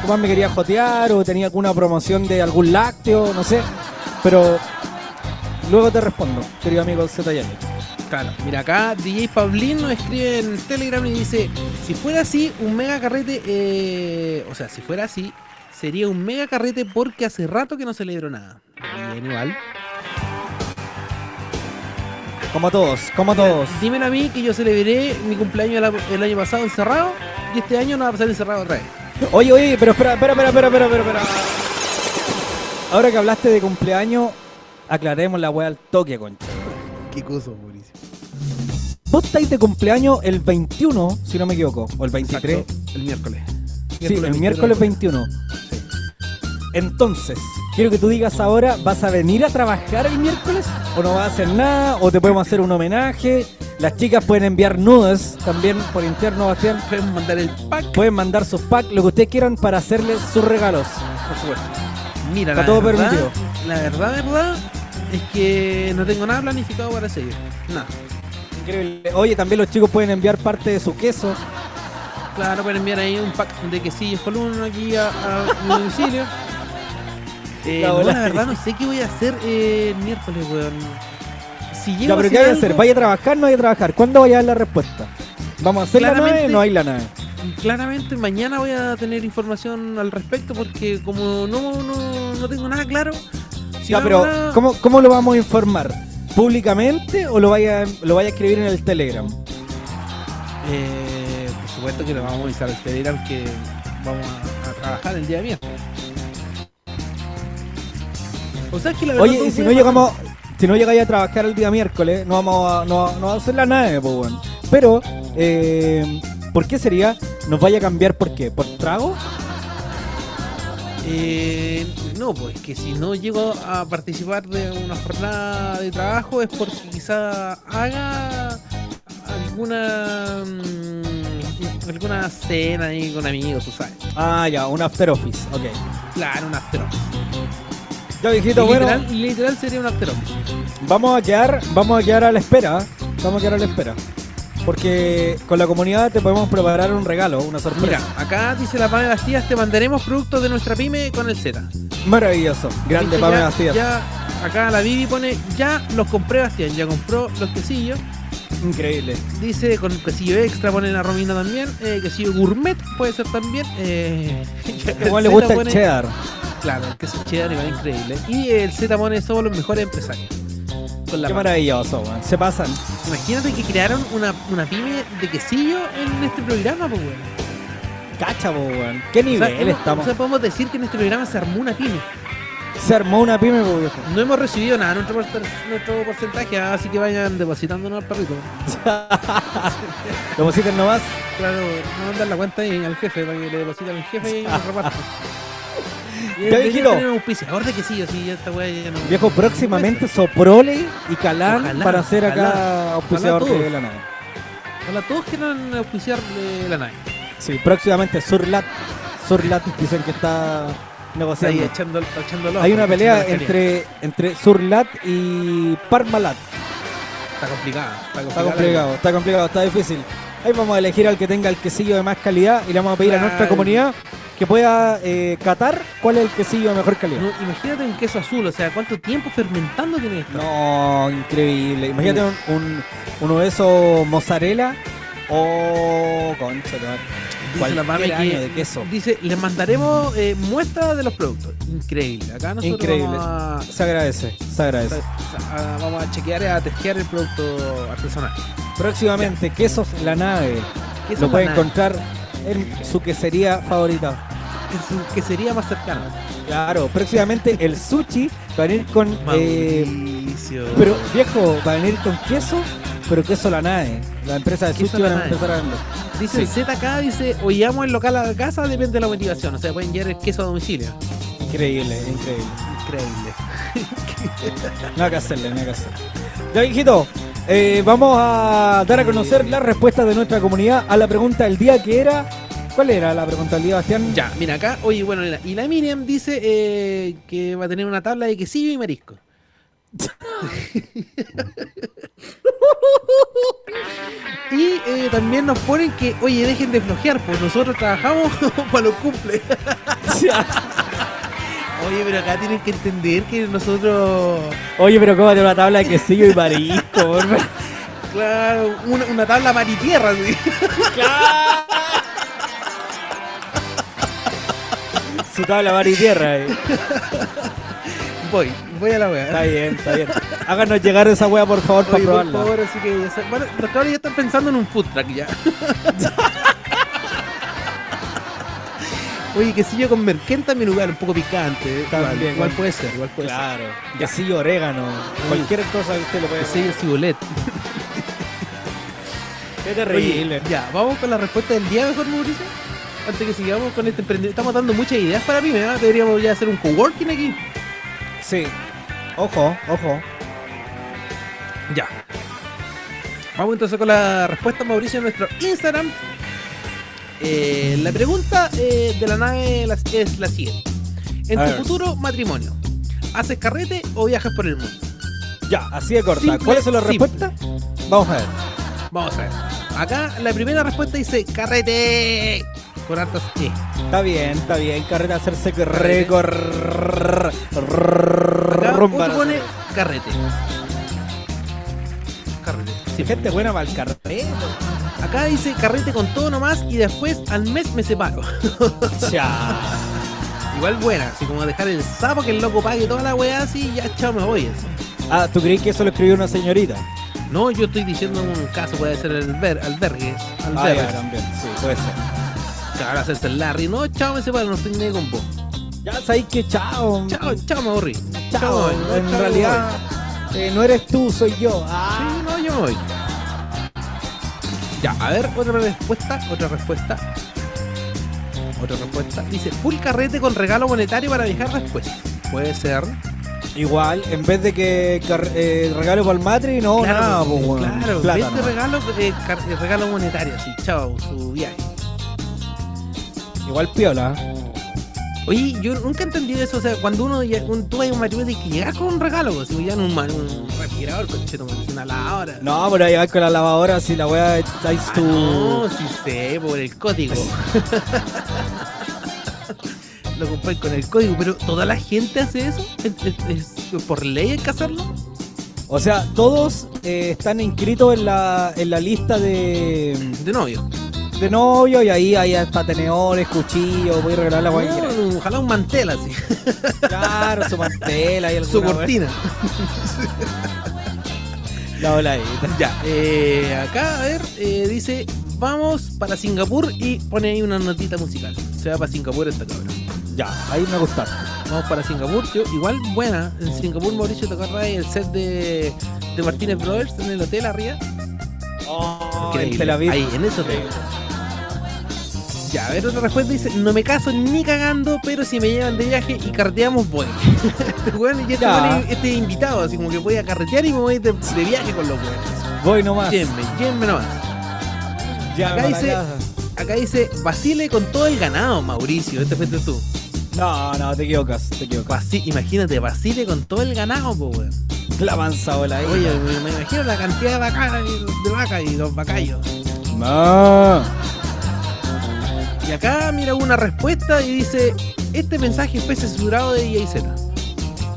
Capaz me quería jotear o tenía alguna promoción de algún lácteo, no sé. Pero luego te respondo, querido amigo Z. Yanni. Claro, mira acá DJ Pablín nos escribe en Telegram y dice: Si fuera así, un mega carrete, eh, o sea, si fuera así, sería un mega carrete porque hace rato que no celebro nada. Bien, igual. Como todos, como todos. Dímelo a mí que yo celebré mi cumpleaños el a- el año pasado encerrado y este año no va a pasar encerrado otra vez. Oye, oye, pero espera, espera, espera, espera, espera, espera, espera. Ahora que hablaste de cumpleaños, aclaremos la weá al toque, concha. Qué cosa, buenísimo. Vos estáis de cumpleaños el 21, si no me equivoco, o el 23. Exacto, el miércoles. Sí, el miércoles 21. Entonces, Quiero que tú digas ahora, ¿vas a venir a trabajar el miércoles? ¿O no vas a hacer nada? ¿O te podemos hacer un homenaje? Las chicas pueden enviar nudes también por interno, Bastián. Pueden mandar el pack. Pueden mandar sus packs, lo que ustedes quieran para hacerles sus regalos. Por supuesto. Mira, Está la todo verdad, permitido. La verdad, verdad, es que no tengo nada planificado para seguir. Nada. Increíble. Oye, también los chicos pueden enviar parte de su queso. Claro, pueden enviar ahí un pack de quesillos con uno aquí a, a mi domicilio. Eh, La no, la volada. verdad, no sé qué voy a hacer eh, el miércoles, weón. Si llego Ya, pero ¿qué hacer hay que hacer? algo- ¿Vaya a trabajar? ¿No vaya a trabajar? ¿Cuándo vaya a dar la respuesta? ¿Vamos a hacer la nave? Claramente- No hay la nave. Claramente mañana voy a tener información al respecto porque como no, no, no tengo nada claro... si ya, no pero hago nada- ¿cómo, ¿cómo lo vamos a informar? ¿Públicamente o lo vaya, lo vaya a escribir en el Telegram? Eh, por supuesto que le vamos a avisar al Telegram que vamos a, a trabajar el día miércoles. O sea, es que la verdad Oye, y si no puede llegamos, si no llegáis a trabajar el día miércoles, no vamos a, no, no vamos a hacer la nave, pues bueno. Pero, eh, ¿por qué sería? ¿Nos vaya a cambiar por qué? ¿Por trago? Eh, no, pues que si no llego a participar de una jornada de trabajo es porque quizá haga alguna mm, alguna cena ahí con amigos, tú sabes. Ah, ya, un after office, ok. Claro, un after office. Ya, viejito, Y bueno, literal, literal sería un after office. vamos a quedar, vamos a quedar a la espera, ¿eh? vamos a quedar a la espera. Porque con la comunidad te podemos preparar un regalo, una Mira, sorpresa. acá dice la Pame Bastías, te mandaremos productos de nuestra pyme con el Z. Maravilloso, grande Viste, Pamela ya- Bastías. Ya, acá la Vivi pone, ya los compré Bastián, ya compró los quesillos. Increíble. Dice con quesillo extra, pone la Romina también. Eh, quesillo gourmet puede ser también. Eh, Igual le Z gusta el pone- cheddar. Claro, el queso cheddar igual increíble. Y el Z pone, somos los mejores empresarios. Con la Qué mano. maravilloso, weón. Se pasan. Imagínate que crearon una, una pyme de quesillo en este programa, pues, weón. Cacha, po, weón. Qué O nivel sea, hemos- estamos. o sea, podemos decir que en este programa se armó una pyme. Se armó una pyme, po, viejo. No hemos recibido nada, nuestro, por- nuestro porcentaje, así que vayan depositándonos al perrito. Lo pusiste nomás. Claro, no mandar la cuenta ahí al jefe para que le depositen al jefe y nos repartan. Ya, Debería viejito. tener un auspiciador de quesillo, sí, ya esta weá ya no. Viejo, próximamente Soprole y Calán Ojalá, para ser ojalá, acá auspiciador ojalá todo. de la nave. Ojalá todos quieran auspiciar eh, la nave. Sí, próximamente Surlat. Surlat dicen que está Está ahí negociando. echando, echando el ojo, Hay una echando la pelea feria. entre, entre Surlat y Parmalat. Está complicada, está complicada. Está la complicado, está complicado, está difícil. Ahí vamos a elegir al que tenga el quesillo de más calidad y le vamos a pedir a nuestra Claro. comunidad que pueda eh, catar cuál es el quesillo de mejor calidad. pelea. No, imagínate un queso azul, o sea, ¿cuánto tiempo fermentando tiene esto? No, increíble. Imagínate un, un- uno de esos mozzarella o concha, de madre. Dice la mami cualquier año que- de queso. Dice, les mandaremos eh, muestras de los productos. Increíble. Acá nosotros Increíble. vamos a- Ah, Se agradece, se agradece. a- vamos a chequear y a testear el producto artesanal. Próximamente, quesos la nave. Quesos Lo La puede Nave. encontrar en su quesería favorita. Que, su- que sería más cercano. Claro, próximamente el sushi va a venir con. eh, Mauricio. pero viejo, va a venir con queso, pero queso la nave. La empresa de Queso sushi La va a Nave. empezar a vender. dice el ZK, dice, o llevamos el local a la casa, depende de la motivación. O sea, pueden llevar el queso a domicilio. Increíble, increíble. Increíble. Nada que hacerle, nada que hacerle. Ya, viejito, eh, vamos a dar a conocer las respuestas de nuestra comunidad a la pregunta del día que era. ¿Cuál era la pregunta del día, Bastián? Ya, mira acá. Oye, bueno, mira, y la Miriam dice eh, que va a tener una tabla de quesillo y marisco. y eh, también nos ponen que, oye, dejen de flojear, pues nosotros trabajamos para los cumple. oye, pero acá tienen que entender que nosotros, Oye, pero cómate una tabla de quesillo y marisco, por favor. claro, una, una tabla mar y tierra, sí. Su tabla mar y tierra. eh. Voy, voy a la wea. Está bien, está bien. Háganos llegar esa wea, por favor, para Oye, por probarla. favor, así que ya sa- Bueno, los cabros ya están pensando en un food truck ya. Oye, quesillo con merquén también lugar un poco picante. eh. También, igual, igual igual. puede ser, igual puede Claro. Quesillo, orégano, cualquier cosa que usted le pueda ser. Quesillo cibolet. Qué terrible. Oye, ya, vamos con la respuesta del día mejor, Mauricio. ¿eh? Antes que sigamos con este emprendimiento. Estamos dando muchas ideas para mí, ¿verdad? Deberíamos ya hacer un coworking aquí. Sí. Ojo, ojo. Ya. Vamos entonces con la respuesta, Mauricio, en nuestro Instagram. Eh, la pregunta eh, de la nave las- es la siguiente. En A tu ver. futuro matrimonio, ¿haces carrete o viajas por el mundo? Ya, así de corta. Simple, ¿Cuáles son las simple. respuestas? Vamos a ver. Vamos a ver. Acá la primera respuesta dice carrete. Con hartas E. Está bien, está bien. Carrera hacerse que Carrete. recorrer. Acá Rumba. otro pone carrete. Carrete. Sí, gente buena para el carrete. Acá dice carrete con todo nomás y después al mes me separo. Ya. Igual buena, así como dejar el sapo que el loco pague toda la weá así y ya chao me voy. así. Ah, ¿tú crees que eso lo escribió una señorita? No, yo estoy diciendo un caso, puede ser el ver, albergue. Ah, Albergue. ya, también. Sí, puede ser. Claro, hacerse el Larry. No, chao me separo, no estoy ni con vos. Ya sabéis que chao. Chao, chao me aburrí. Chao. me voy, no, En chao, me realidad, eh, no eres tú, soy yo. Ah. voy. Sí, no, yo me voy. Ya, a ver, otra respuesta, otra respuesta. Otra respuesta. Dice, full carrete con regalo monetario para viajar después. Puede ser. Igual, en vez de que car- eh, regalo para el matri, no, nada, claro, pues, weón. claro, Plata vende nomás. regalo, eh, car- eh, regalo monetario, así, chao, su viaje. Igual piola. ¿eh? Oye, yo nunca entendí eso, o sea, cuando uno, ya- un, tú vas a un matrimonio tienes que llegar con un regalo, así, ya en un, ma- un refrigerador, concheto, una lavadora. No, pero ahí va con la lavadora, si la wea estáis Ah, tú. no, sí sé, por el código. Lo compré con el código, pero ¿toda la gente hace eso? ¿Es, es- es por ley hay que hacerlo? O sea, todos eh, están inscritos en la, en la lista de, De novio. de novio y ahí hay hasta tenedores, cuchillos, voy a regalar la wea que quieras. No, ojalá un mantel así, Claro, su mantela y alguna su wea. cortina. La voladita. Ya, eh, acá, a ver, eh, dice, vamos para Singapur y pone ahí una notita musical. Se va para Singapur esta cabra. Ya, ahí me gusta. Vamos para Singapur, yo, igual buena. En Singapur, Mauricio, ¿te acuerdas el set de, de Martínez Brothers en el hotel arriba? en Tel Aviv. Ahí, en ese hotel. Ya, a ver, otra respuesta dice, no me caso ni cagando, pero si me llevan de viaje y carreteamos, voy. este weón, y este, Ya. weón es- este es invitado, así como que voy a carretear y me voy de, de viaje con los weones. Voy nomás. Llévenme, llévenme nomás. Ya, Acá para la dice- casa. Acá dice, vacile con todo el ganado, Mauricio. Este fuiste tú. No, no, te equivocas, te equivocas. Vaci- imagínate, vacile con todo el ganado, po, weón. La mansa voladita. Oye, me, me imagino la cantidad de vacas y- de vacas y los vacayos. Ma. Y acá mira una respuesta y dice, este mensaje fue censurado de DJ Z.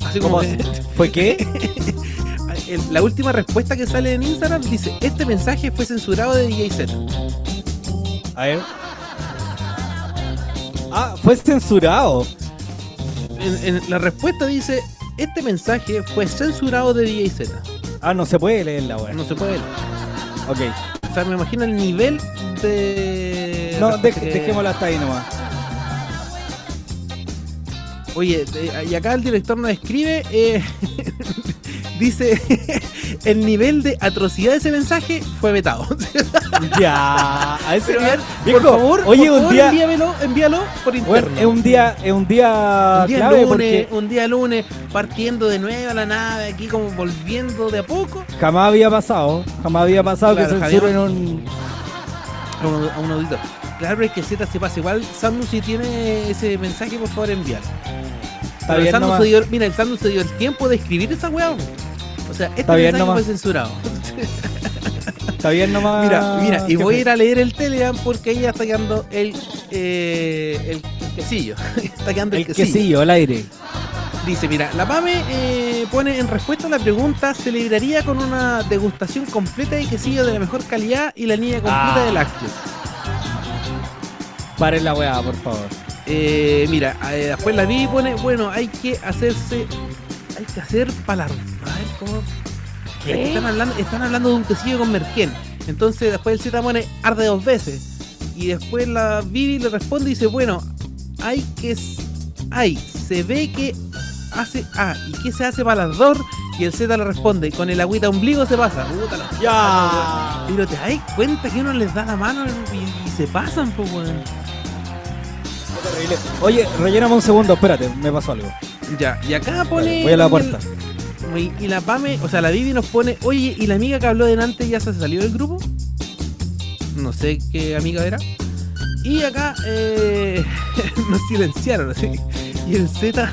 Así como ¿Cómo? que- ¿Fue qué? el- la última respuesta que sale en Instagram dice, este mensaje fue censurado de DJ Z. A ver. Ah, fue censurado. En, en la respuesta dice, este mensaje fue censurado de DJ Z. Ah, no se puede leer la web. No se puede leer. Ok. O sea, me imagino el nivel de... No, respuesta dej- que- dejémosla hasta ahí nomás. eh, Oye, de- y acá el director nos escribe, eh, dice, el nivel de atrocidad de ese mensaje fue vetado. ya. A ese Pero, a ver, nivel. Viejo, por favor, oye, por un favor, día. envíamelo, envíalo por Bueno, interno. es un día, es un día, Un día clave lunes, porque un día lunes, partiendo de nuevo a la nave, aquí como volviendo de a poco jamás había pasado, jamás había pasado Claro, que censuren un. a un, a un auditor. Claro, pero es que Z se pasa. Igual, Sandu, si tiene ese mensaje, por favor, envíalo. Está Pero el bien Sandu nomás. se dio- mira, el Sandu se dio el tiempo de escribir esa weá. po. O sea, este Está bien mensaje nomás. fue censurado. Está bien nomás. Mira, mira, y jefe. voy a ir a leer el Telegram porque ahí ya está quedando el, eh, el, el quesillo. está quedando el, el quesillo al aire. Dice, mira, la PAME eh, pone en respuesta a la pregunta, se libraría con una degustación completa de quesillo de la mejor calidad y la línea completa Ah. de lácteos. Paren la weá, por favor. Eh, mira, eh, después la vi y pone, bueno, hay que hacerse, hay que hacer palar... A ver, ¿cómo? Están hablando, están hablando de un quesillo con merquén. Entonces después el Z pone, arde dos veces. Y después la Vivi le responde y dice, bueno, hay que... s- Hay, se ve que hace... Ah, ¿y qué se hace palador? Y el Z le responde, con el agüita ombligo se pasa. Puta la- Ya. Pero te das cuenta que uno les da la mano y, y se pasan, pues, weón. Terrible. Oye, relléname un segundo, espérate, me pasó algo. Ya, y acá pone. Voy a la puerta. Y, y la Pame, o sea, la Vivi nos pone, oye, ¿y la amiga que habló delante ya se salió del grupo? No sé qué amiga era. Y acá eh, nos silenciaron, así. Y el Z.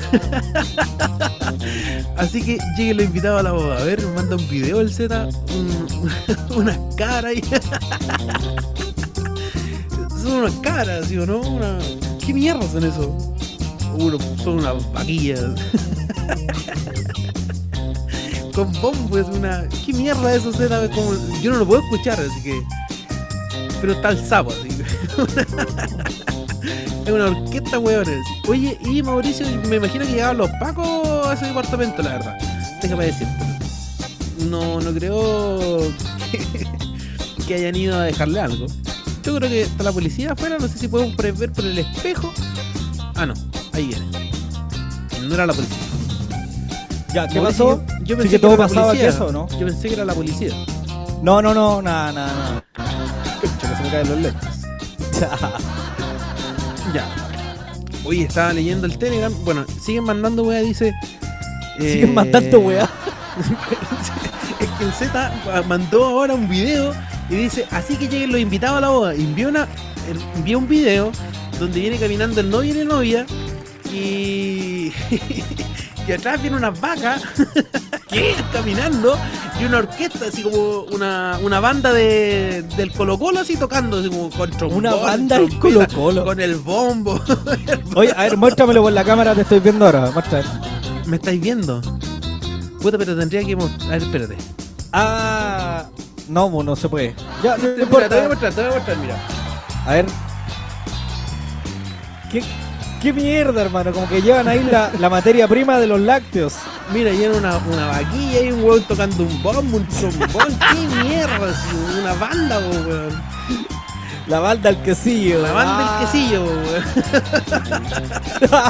así que llegue el invitado a la boda. A ver, nos manda un video el Z. un- unas caras ahí. son unas caras, ¿sí o no? Una- ¿Qué mierda son eso? Uno, son unas vaquillas. Con bombo es una. ¿Qué mierda eso Z? Como... Yo no lo puedo escuchar, así que. Pero está el sapo, así. es una orquesta, weones. Oye, y Mauricio, me imagino que llegaban los pacos a ese departamento, la verdad. Déjame decirte. No, no creo que, que hayan ido a dejarle algo. Yo creo que está la policía afuera, no sé si podemos pre- ver por el espejo. Ah, no, ahí viene. No era la policía. Ya, ¿qué Mauricio, pasó? Yo, Sí yo pensé que todo era la pasaba policía. que eso, ¿no? Yo pensé que era la policía. No, no, no, nada, nada, nada. Chucha, que se me caen los lentes. Ya. Oye, estaba leyendo el Telegram. Bueno, siguen mandando weá, dice. Eh, Siguen mandando weá. es que el Z mandó ahora un video y dice: Así que lleguen los invitados a la boda. Envió, una, envió un video donde viene caminando el novio y la novia y. y atrás viene una vaca ¿Qué? caminando y una orquesta, así como una, una banda de, del Colo Colo, así tocando, así como con trombón, Una banda del trompeta, Colo-Colo. Con el bombo. Oye, a ver, muéstramelo por la cámara, te estoy viendo ahora. Muéstrame. ¿Me estáis viendo? Puta, pero tendría que. mos- A ver, espérate. Ah, no, mo, no se puede. Ya, no Mira, importa. te voy a mostrar, te voy a mostrar, mira. A ver. ¿Qué, qué mierda, hermano? Como que llevan ahí la, la materia prima de los lácteos. Mira, y era una, una vaquilla y un hueón tocando un bombo, un trombón. ¡Qué mierda! así, una banda, po, weón. La banda al quesillo. La banda Ah, del quesillo, po, weón.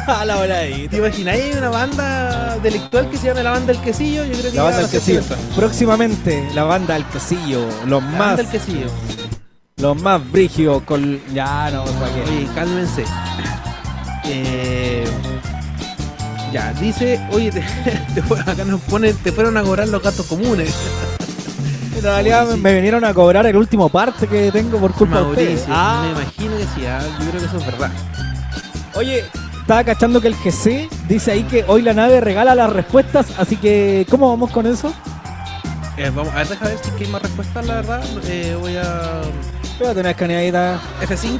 a la ¿Te voladita. imagináis una banda delictual que se llama la banda del quesillo? Yo creo que La banda iba a al quesillo. hacer eso. Próximamente, la banda al quesillo. Los La banda más. del quesillo. Los más brígidos con. Ya, no, pues, ¿para qué? Oye, cálmense. Eh, ya, dice, oye, te, te fue- acá nos ponen, te fueron a cobrar los gatos comunes. En realidad Oye, sí. me vinieron a cobrar el último parte que tengo por culpa de Mauricio, ustedes. Ah, me imagino que sí, ah, yo creo que eso es verdad. oye, estaba cachando que el GC dice ahí que hoy la nave regala las respuestas, así que ¿cómo vamos con eso? Eh, vamos, a ver, deja ver si es que hay más respuestas, la verdad. Eh, voy a Espérate una escaneadita. F5.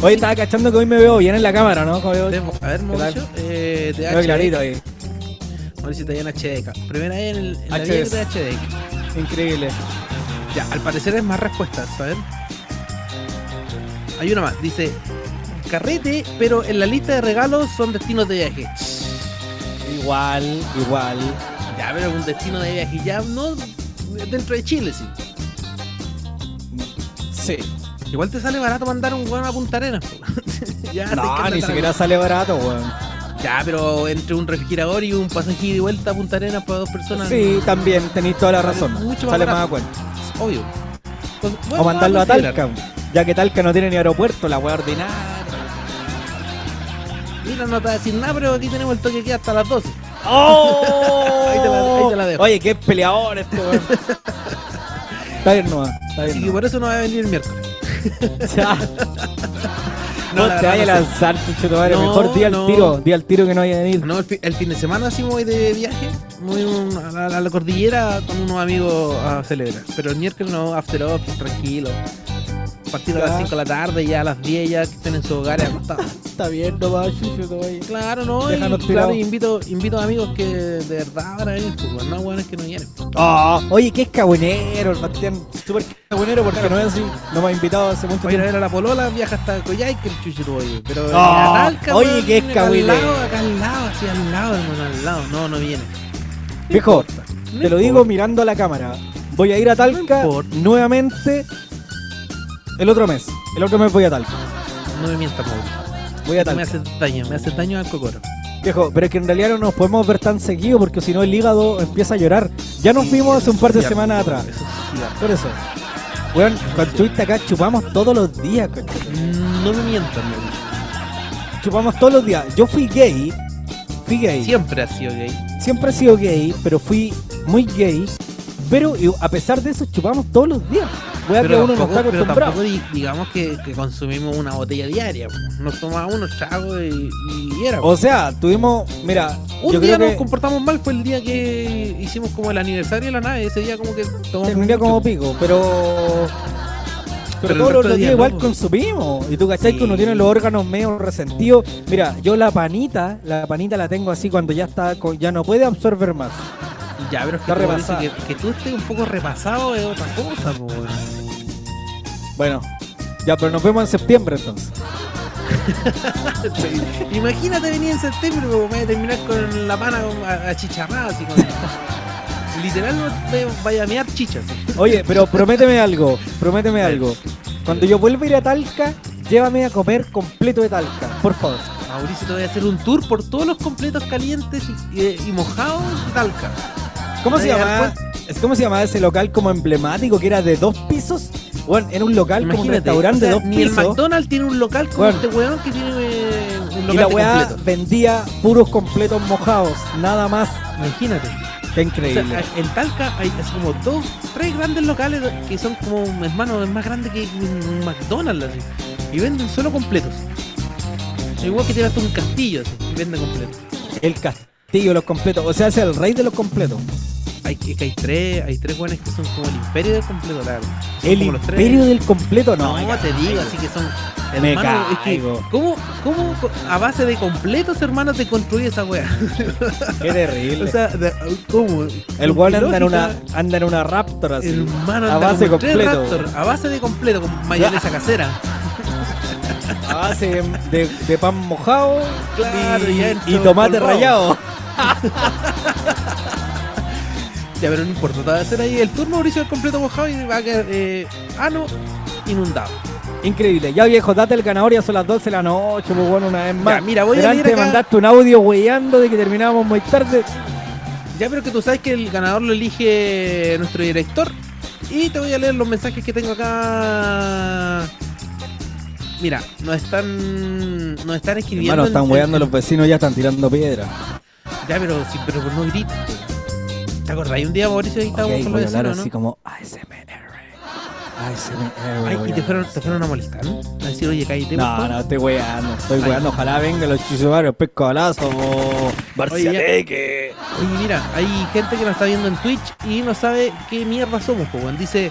Oye, estaba cachando que hoy me veo bien en la cámara, ¿no? Como veo- Te- A ver, Mauricio, eh, me veo de clarito ahí. Mauricio está en HDK. Primera vez en, el, en la vida que HDS. te da HDK. Increíble. Ya, al parecer es más respuestas, ¿sabes? Hay una más, dice carrete, pero en la lista de regalos son destinos de viaje. Igual, igual. Ya, pero un destino de viaje ya no dentro de Chile, sí. Sí. Igual te sale barato mandar un hueón a Punta Arenas. po. ya, sé que No, andar ni a- siquiera sale barato, weón. Ya, pero entre un refrigerador y un pasaje de vuelta a Punta Arenas para dos personas. Sí, no- también, tenéis toda la razón. Sale mucho más Sale más barato. a cuenta. es obvio. Pues, bueno, O mandarlo a considerar. Talca, ya que Talca no tiene ni aeropuerto, la weá ordinaria. Mira, no te va a decir nada, pero aquí tenemos el toque aquí hasta las 12. ¡Oh! Ahí te la- ahí te la dejo. Oye, qué peleador este weón. está bien, no, está Así bien. que nomás. por eso no va a venir el miércoles. Ya. No, No, la te verdad, vayas no a sé. lanzar, chucho tu madre. No, Mejor di al no. tiro, di al tiro que no haya venido. No, el, fi- el fin de semana sí me voy de viaje, me voy un- a, la, a la cordillera con unos amigos a celebrar. Pero el miércoles no, after office, tranquilo. A partir de Ya. las 5 de la tarde, ya a las 10 ya que estén en sus hogares acostados. Está bien, no va, chucho tu madre. claro, no, y, Déjanos claro, tirados. y invito, invito a amigos que de verdad van a venir, pues, bueno, no hueones que no vienen. Ah, Oye, que es cagüenero el Bastián. Súper cagüenero porque no es así. No me ha invitado hace mucho Voy a ir a tiempo. ver a la Polola, viaja hasta Coyhaique, el chuchero, oye. Pero Ah, en Atalca, oye, weón, qué acá al escabuile. lado, acá al lado, así al lado, hermano, al lado. No, no viene. Viejo, te lo digo importa. mirando a la cámara. Voy a ir a Talca importa. nuevamente el otro mes. El otro mes voy a Talca. No me mientas, Mauricio. Voy a Esto Me Talca. hace daño, me hace daño al cocoro. Viejo, pero es que en realidad no nos podemos ver tan seguido porque si no el hígado empieza a llorar. Ya nos vimos hace un par de semanas atrás. Eso es cierto. Por eso. Weón, cuando estuviste acá chupamos todos los días, cachai. No me mientas, Mauricio. Chupamos todos los días. Yo fui gay fui gay. Siempre ha sido gay. Siempre he sido gay, pero fui muy gay. Pero y- a pesar de eso, chupamos todos los días. Weá que Pero uno no tampoco- está pero acostumbrado. tampoco di- digamos que, que consumimos una botella diaria. po. Nos tomábamos unos tragos y, y era. pues. po. O sea, tuvimos. Mira, un yo día creo nos que comportamos mal, fue el día que hicimos como el aniversario de la nave. Ese día como que tomamos terminé mucho. como pico, pero. Pero, el todos resto los días de días igual no, po. consumimos. Y tú cachai que uno tiene los órganos medio resentidos. Mira, yo la panita, la panita la tengo así cuando ya está, co- ya no puede absorber más. Ya, pero es que, Está tú, Mauricio, repasado. que, que tú estés un poco repasado es otra cosa, po, weón. Bueno, ya, pero nos vemos en septiembre entonces. Imagínate venir en septiembre, po, voy a terminar con la pana a- achicharrada, así con... Literal, vaya- vaya a mear chichas. Oye, pero prométeme algo, prométeme algo. Cuando yo vuelva a ir a Talca, llévame a comer completo de Talca, por favor. Mauricio, te voy a hacer un tour por todos los completos calientes y, y- y mojados de Talca. ¿Cómo se Te vas a llama? dar Es como se llamaba ese local como emblemático que era de dos pisos. Bueno, era un local como un Imagínate, restaurante o sea, de dos ni el pisos. McDonald's tiene un local como Bueno. este weón que tiene eh, un Y local la de weá completos. vendía puros completos mojados, nada más. Imagínate. Qué O increíble. sea, en Talca hay así como dos, tres grandes locales que son como, hermano, es más grande que un McDonald's así. Y venden solo completos. Igual que tiene hasta un castillo así, y vende completos. el castillo, los completos. O sea, es el rey de los completos. Hay, es que hay tres, hay tres weones que son como el imperio del completo, la verdad. Son El como los tres- imperio del completo, no. No, me te digo, así que son. Me Hermano, es que, caigo. ¿cómo, ¿cómo co- a base de completos, hermano, te construye esa wea? Qué terrible. o sea, de- ¿cómo? el weón anda en una, Lógica, anda en una Raptor así. Hermano, a anda base como tres completo. Raptor, a base de completo, con mayonesa casera. A base Ah, de, de pan mojado Claro, y, y adentro y tomate polvado. rallado. Ya, pero no importa, te va a hacer ahí el turno Mauricio del completo mojado y va a quedar, eh, ano, inundado. Increíble. Ya viejo, date el ganador, ya son las 12 de la noche, muy bueno, una vez más. mira, voy a Delante leer acá- mandaste un audio weyando de que terminábamos muy tarde. Ya, pero que tú sabes que el ganador lo elige nuestro director. Y te voy a leer los mensajes que tengo acá. Mira, nos están. Nos están escribiendo. Hermano, en- están en- weyando los vecinos, ya están tirando piedras. Ya, pero, sí, pero no grites. po. ¿Te acordás? un día Mauricio ahí estábamos Ok, con voy a los hablar vecinos, así ¿no? como ASMR. ASMR. Ay, voy y a te fueron, hablar. te fueron a molestar, ¿no? A decir, oye, cállate. por No, favor. no, estoy weyando, estoy Ay. weyando. Ojalá vengan los chisubarios, pescolazo, barciateque. Oye, mira, hay gente que nos está viendo en Twitch y no sabe qué mierda somos, po, weón. Dice,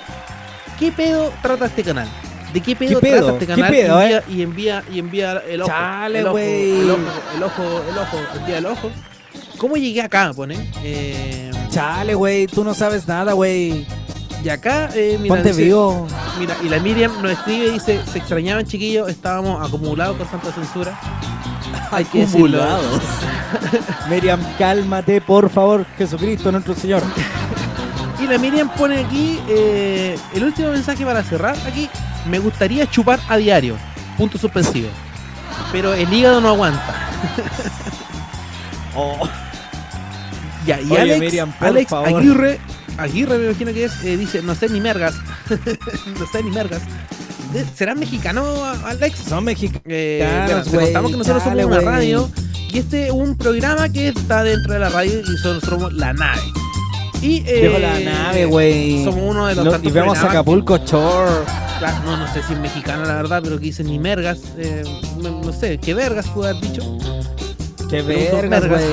¿qué pedo trata este canal? ¿De qué pedo, ¿Qué pedo? trata este ¿Qué canal? pedo, eh? y, envía, y envía, y envía el ojo. Chale, el, ojo wey. el ojo, el ojo, el ojo, envía el ojo. ¿Cómo llegué acá, pone? Eh, Chale, wey, tú no sabes nada, wey. y acá, eh, mira, Ponte dice- vivo. Mira, y la Miriam nos escribe y dice, se extrañaban chiquillos, estábamos acumulados con tanta censura. Hay que decirlo. Acumulados. Miriam, cálmate, por favor. Jesucristo, nuestro Señor. Y la Miriam pone aquí eh, el último mensaje para cerrar aquí. Me gustaría chupar a diario. Punto suspensivo. Pero el hígado no aguanta. Oh, Ya, y Oye, Alex, Miriam, por Alex favor. Aguirre, Aguirre me imagino que es, eh, dice, no sé ni mergas. no sé ni mergas. De- ¿Será mexicano, a- Alex? Son mexicanos. Eh, Mexicanos, bueno, te güey, contamos que nosotros dale, somos una güey. radio y este es un programa que está dentro de la radio y nosotros somos la nave. Y, eh, Dejo la nave, wey. Somos uno de los No, tantos y vemos programas Acapulco Shore. Claro, no, no sé si es mexicana la verdad, pero que dicen ni mergas, eh, no no sé, qué vergas pudo haber dicho. Qué Pero son vergas, vergas. wey.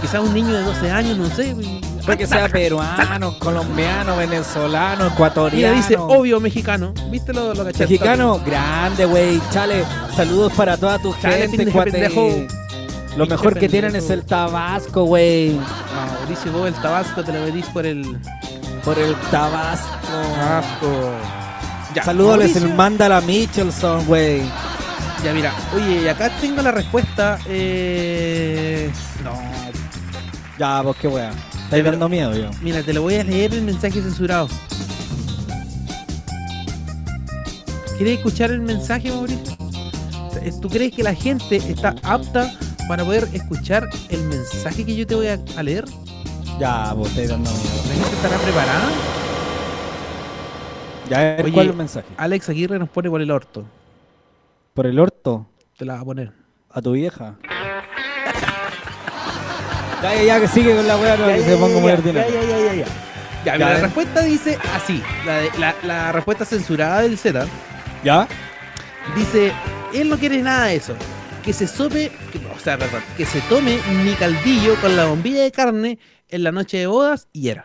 Quizás un niño de 12 años, no sé. güey. Puede que sea peruano, colombiano, venezolano, ecuatoriano. Mira, dice, obvio mexicano. ¿Viste lo, lo cachaste? Mexicano, grande, güey. Chale, saludos para toda tu Chale, gente, pinche cuate. pendejo. Lo Pinche mejor que tienen pendejo. es el Tabasco, güey. Mauricio, vos el Tabasco te lo metís por el Por el Tabasco. Tabasco. Ya, Saludos les Mauricio. manda la Michelson, güey. Ya, mira, oye, y acá tengo la respuesta. Eh... No, Ya, vos qué weá. Estáis Pero- dando miedo, yo. mira, te lo voy a leer el mensaje censurado. ¿Quieres escuchar el mensaje, Mauricio? ¿Tú crees que la gente está apta para poder escuchar el mensaje que yo te voy a, a leer? Ya, vos estáis dando miedo. ¿La gente estará preparada? Ya, Oye. ¿cuál es el mensaje? Alex Aguirre nos pone por el orto. Por el orto, Te la va a poner. a tu vieja. Ya, ya, ya, que sigue con la weá, no, que se ponga muy ordinario. Ya, Ya, mira, a la ver. respuesta dice así. La, de- la- la respuesta censurada del Z. ¿Ya? Dice, él no quiere nada de eso. Que se sope, que- o sea, perdón, que se tome mi caldillo con la bombilla de carne en la noche de bodas y era.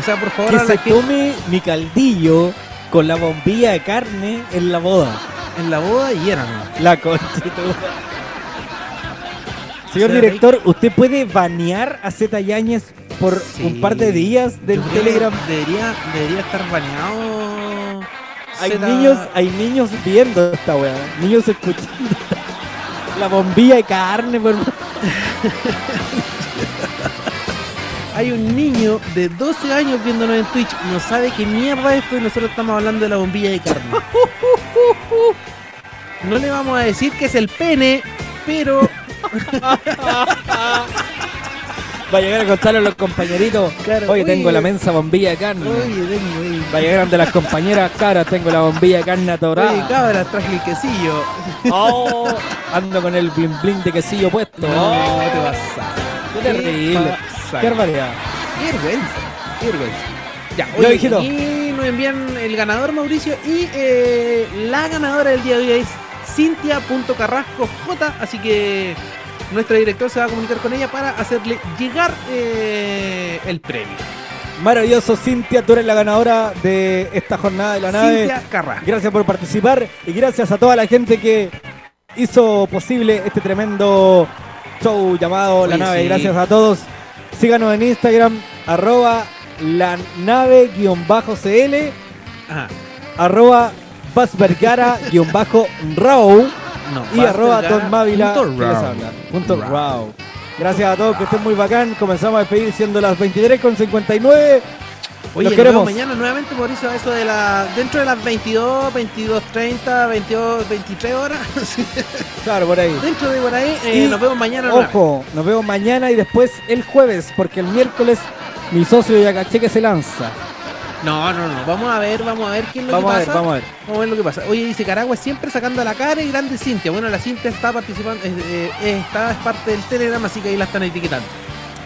O sea, por favor, Que a la se gente- tome mi caldillo con la bombilla de carne en la boda. En la boda y era, La concha de tu madre. Señor Será director, ¿usted puede banear a Z Yáñez por Sí. un par de días del Yo creo que Telegram? Debería, debería estar baneado. Hay Zeta. niños, hay niños viendo esta weá, niños escuchando la bombilla de carne, por Hay un niño de 12 años viéndonos en Twitch, no sabe qué mierda es esto y nosotros estamos hablando de la bombilla de carne. No le vamos a decir que es el pene, pero Va a llegar a contarlo a los compañeritos. Claro, Hoy tengo oye. la mensa bombilla de carne. Oye, tengo ahí. Va a llegar de las compañeras, cabras, tengo la bombilla de carne atorada. Oye, cabras, traje el quesillo. Oh, ando con el blin blin de quesillo puesto. No, Oh, te vas a... qué terrible. pasa? Qué barbaridad. Qué vergüenza, qué vergüenza. Ya, Ya, oye, hijito. y nos envían el ganador Mauricio y eh, la ganadora del día de hoy es Cintia.carrasco J, así que nuestro director se va a comunicar con ella para hacerle llegar eh, el premio. Maravilloso, Cintia, tú eres la ganadora de esta jornada de la nave. Cintia Carrasco. Gracias por participar y gracias a toda la gente que hizo posible este tremendo show llamado La Oye, Nave. sí. Gracias a todos. Síganos en Instagram, arroba la nave-cl, Ajá, arroba basvergara-row no, y vas a arroba llegar a Don Mávila, punto que les round. habla, punto Round. row. Gracias a todos, que estén muy bacán. Comenzamos a despedir siendo las 23.59. Oye, Los nos queremos. vemos mañana nuevamente, Mauricio, a eso de la, dentro de las 22, 22.30, 22, 23 horas. Claro, por ahí. dentro de por ahí, eh, Y, nos vemos mañana nuevamente. Ojo, nos vemos mañana y después el jueves, porque el miércoles mi socio ya caché que se lanza. No, no, no. Vamos a ver, vamos a ver qué es lo Vamos a que ver, pasa. vamos a ver. Vamos a ver lo que pasa. Oye, dice Caragua siempre sacando la cara y grande Cintia. Bueno, la Cintia está participando, es, eh, eh, está, es parte del Telegram, así que ahí la están etiquetando.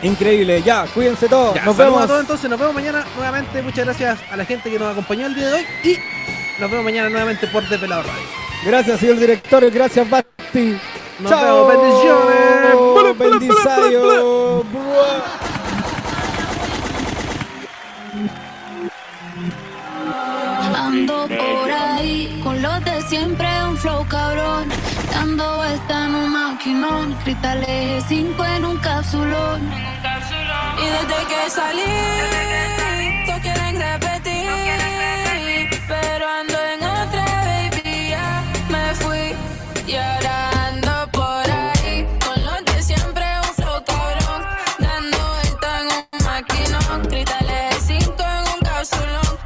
Increíble, ya, cuídense todos. Ya, Oh, nos saludos vemos. a todos entonces, nos vemos mañana nuevamente. Muchas gracias a la gente que nos acompañó el día de hoy y nos vemos mañana nuevamente por Desvelado Radio. Gracias, señor director. Gracias, Basti. Nos vemos, bendiciones. Bla, bla, bla, bla, Bendiciones. Ando por ahí con los de siempre, un flow cabrón. Dando vuelta en un maquinón, cristal eje 5 en un capsulón. Y desde que salí, todos quieren repetir. Pero ando en otra, baby, ya me fui. Y ahora ando por ahí con los de siempre, un flow cabrón. Dando vuelta en un maquinón, cristal eje 5 en un capsulón.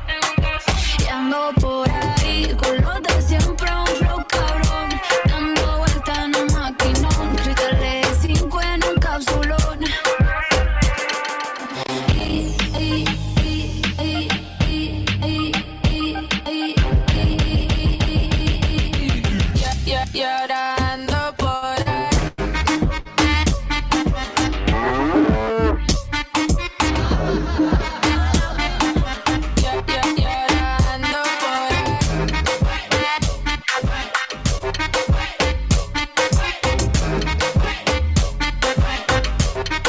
Y ando por ahí con lo de siempre un flow cabrón Dando vuelta en un maquinón Crítale cinco en un capsulón Y, y, y, y, y, y, y, y, y, y, y, y, y, y ahora ando por ahí Llorando por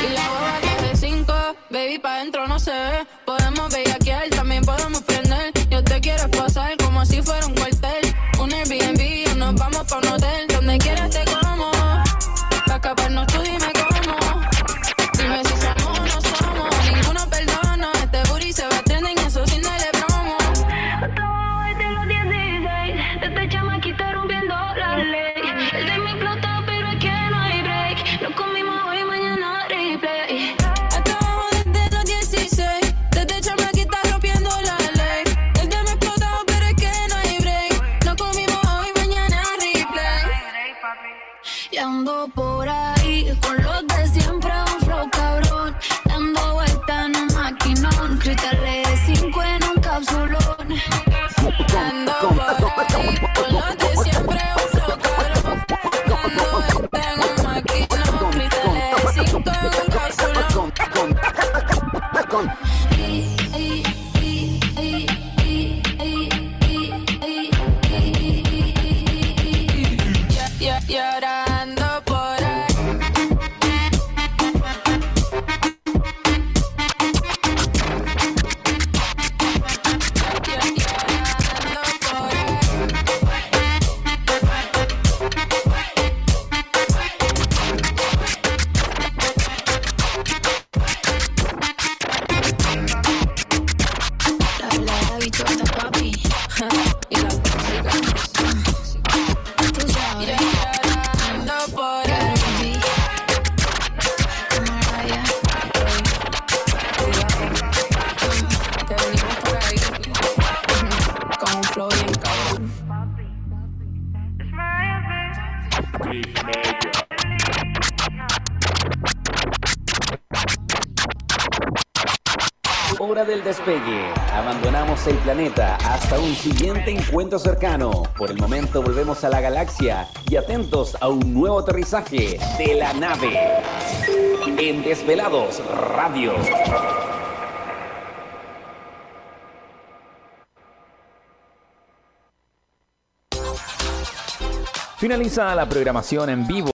Y la boba que de cinco, baby, pa' dentro no se ve. Podemos bellaquear, también podemos prender. Yo te quiero pasar como si fuera un cuartel. Un Airbnb, o nos vamos pa' un hotel. Donde quieras te como. Pa' escaparnos tú dime cómo. Dime si somos o no somos, ninguno perdona. Este booty se va a tener en eso sin darle promo. Estaba desde los 16, desde chamaquita rompiendo la ley. El de mi flota, pero es que no hay break. Lo comimos hoy, mañana replay. Estaba desde los 16, desde chamaquita rompiendo la ley. El de mi flota, pero es que no hay break. Lo comimos hoy, mañana replay. Y ando por ahí con los de siempre, un flow cabrón. Dando vuelta en un maquinón, cristales de 5 en un capsulón. Ando por ahí con los de siempre, hora del despegue. Abandonamos el planeta hasta un siguiente encuentro cercano. Por el momento volvemos a la galaxia y atentos a un nuevo aterrizaje de la nave. En Desvelados Radio. Finaliza la programación en vivo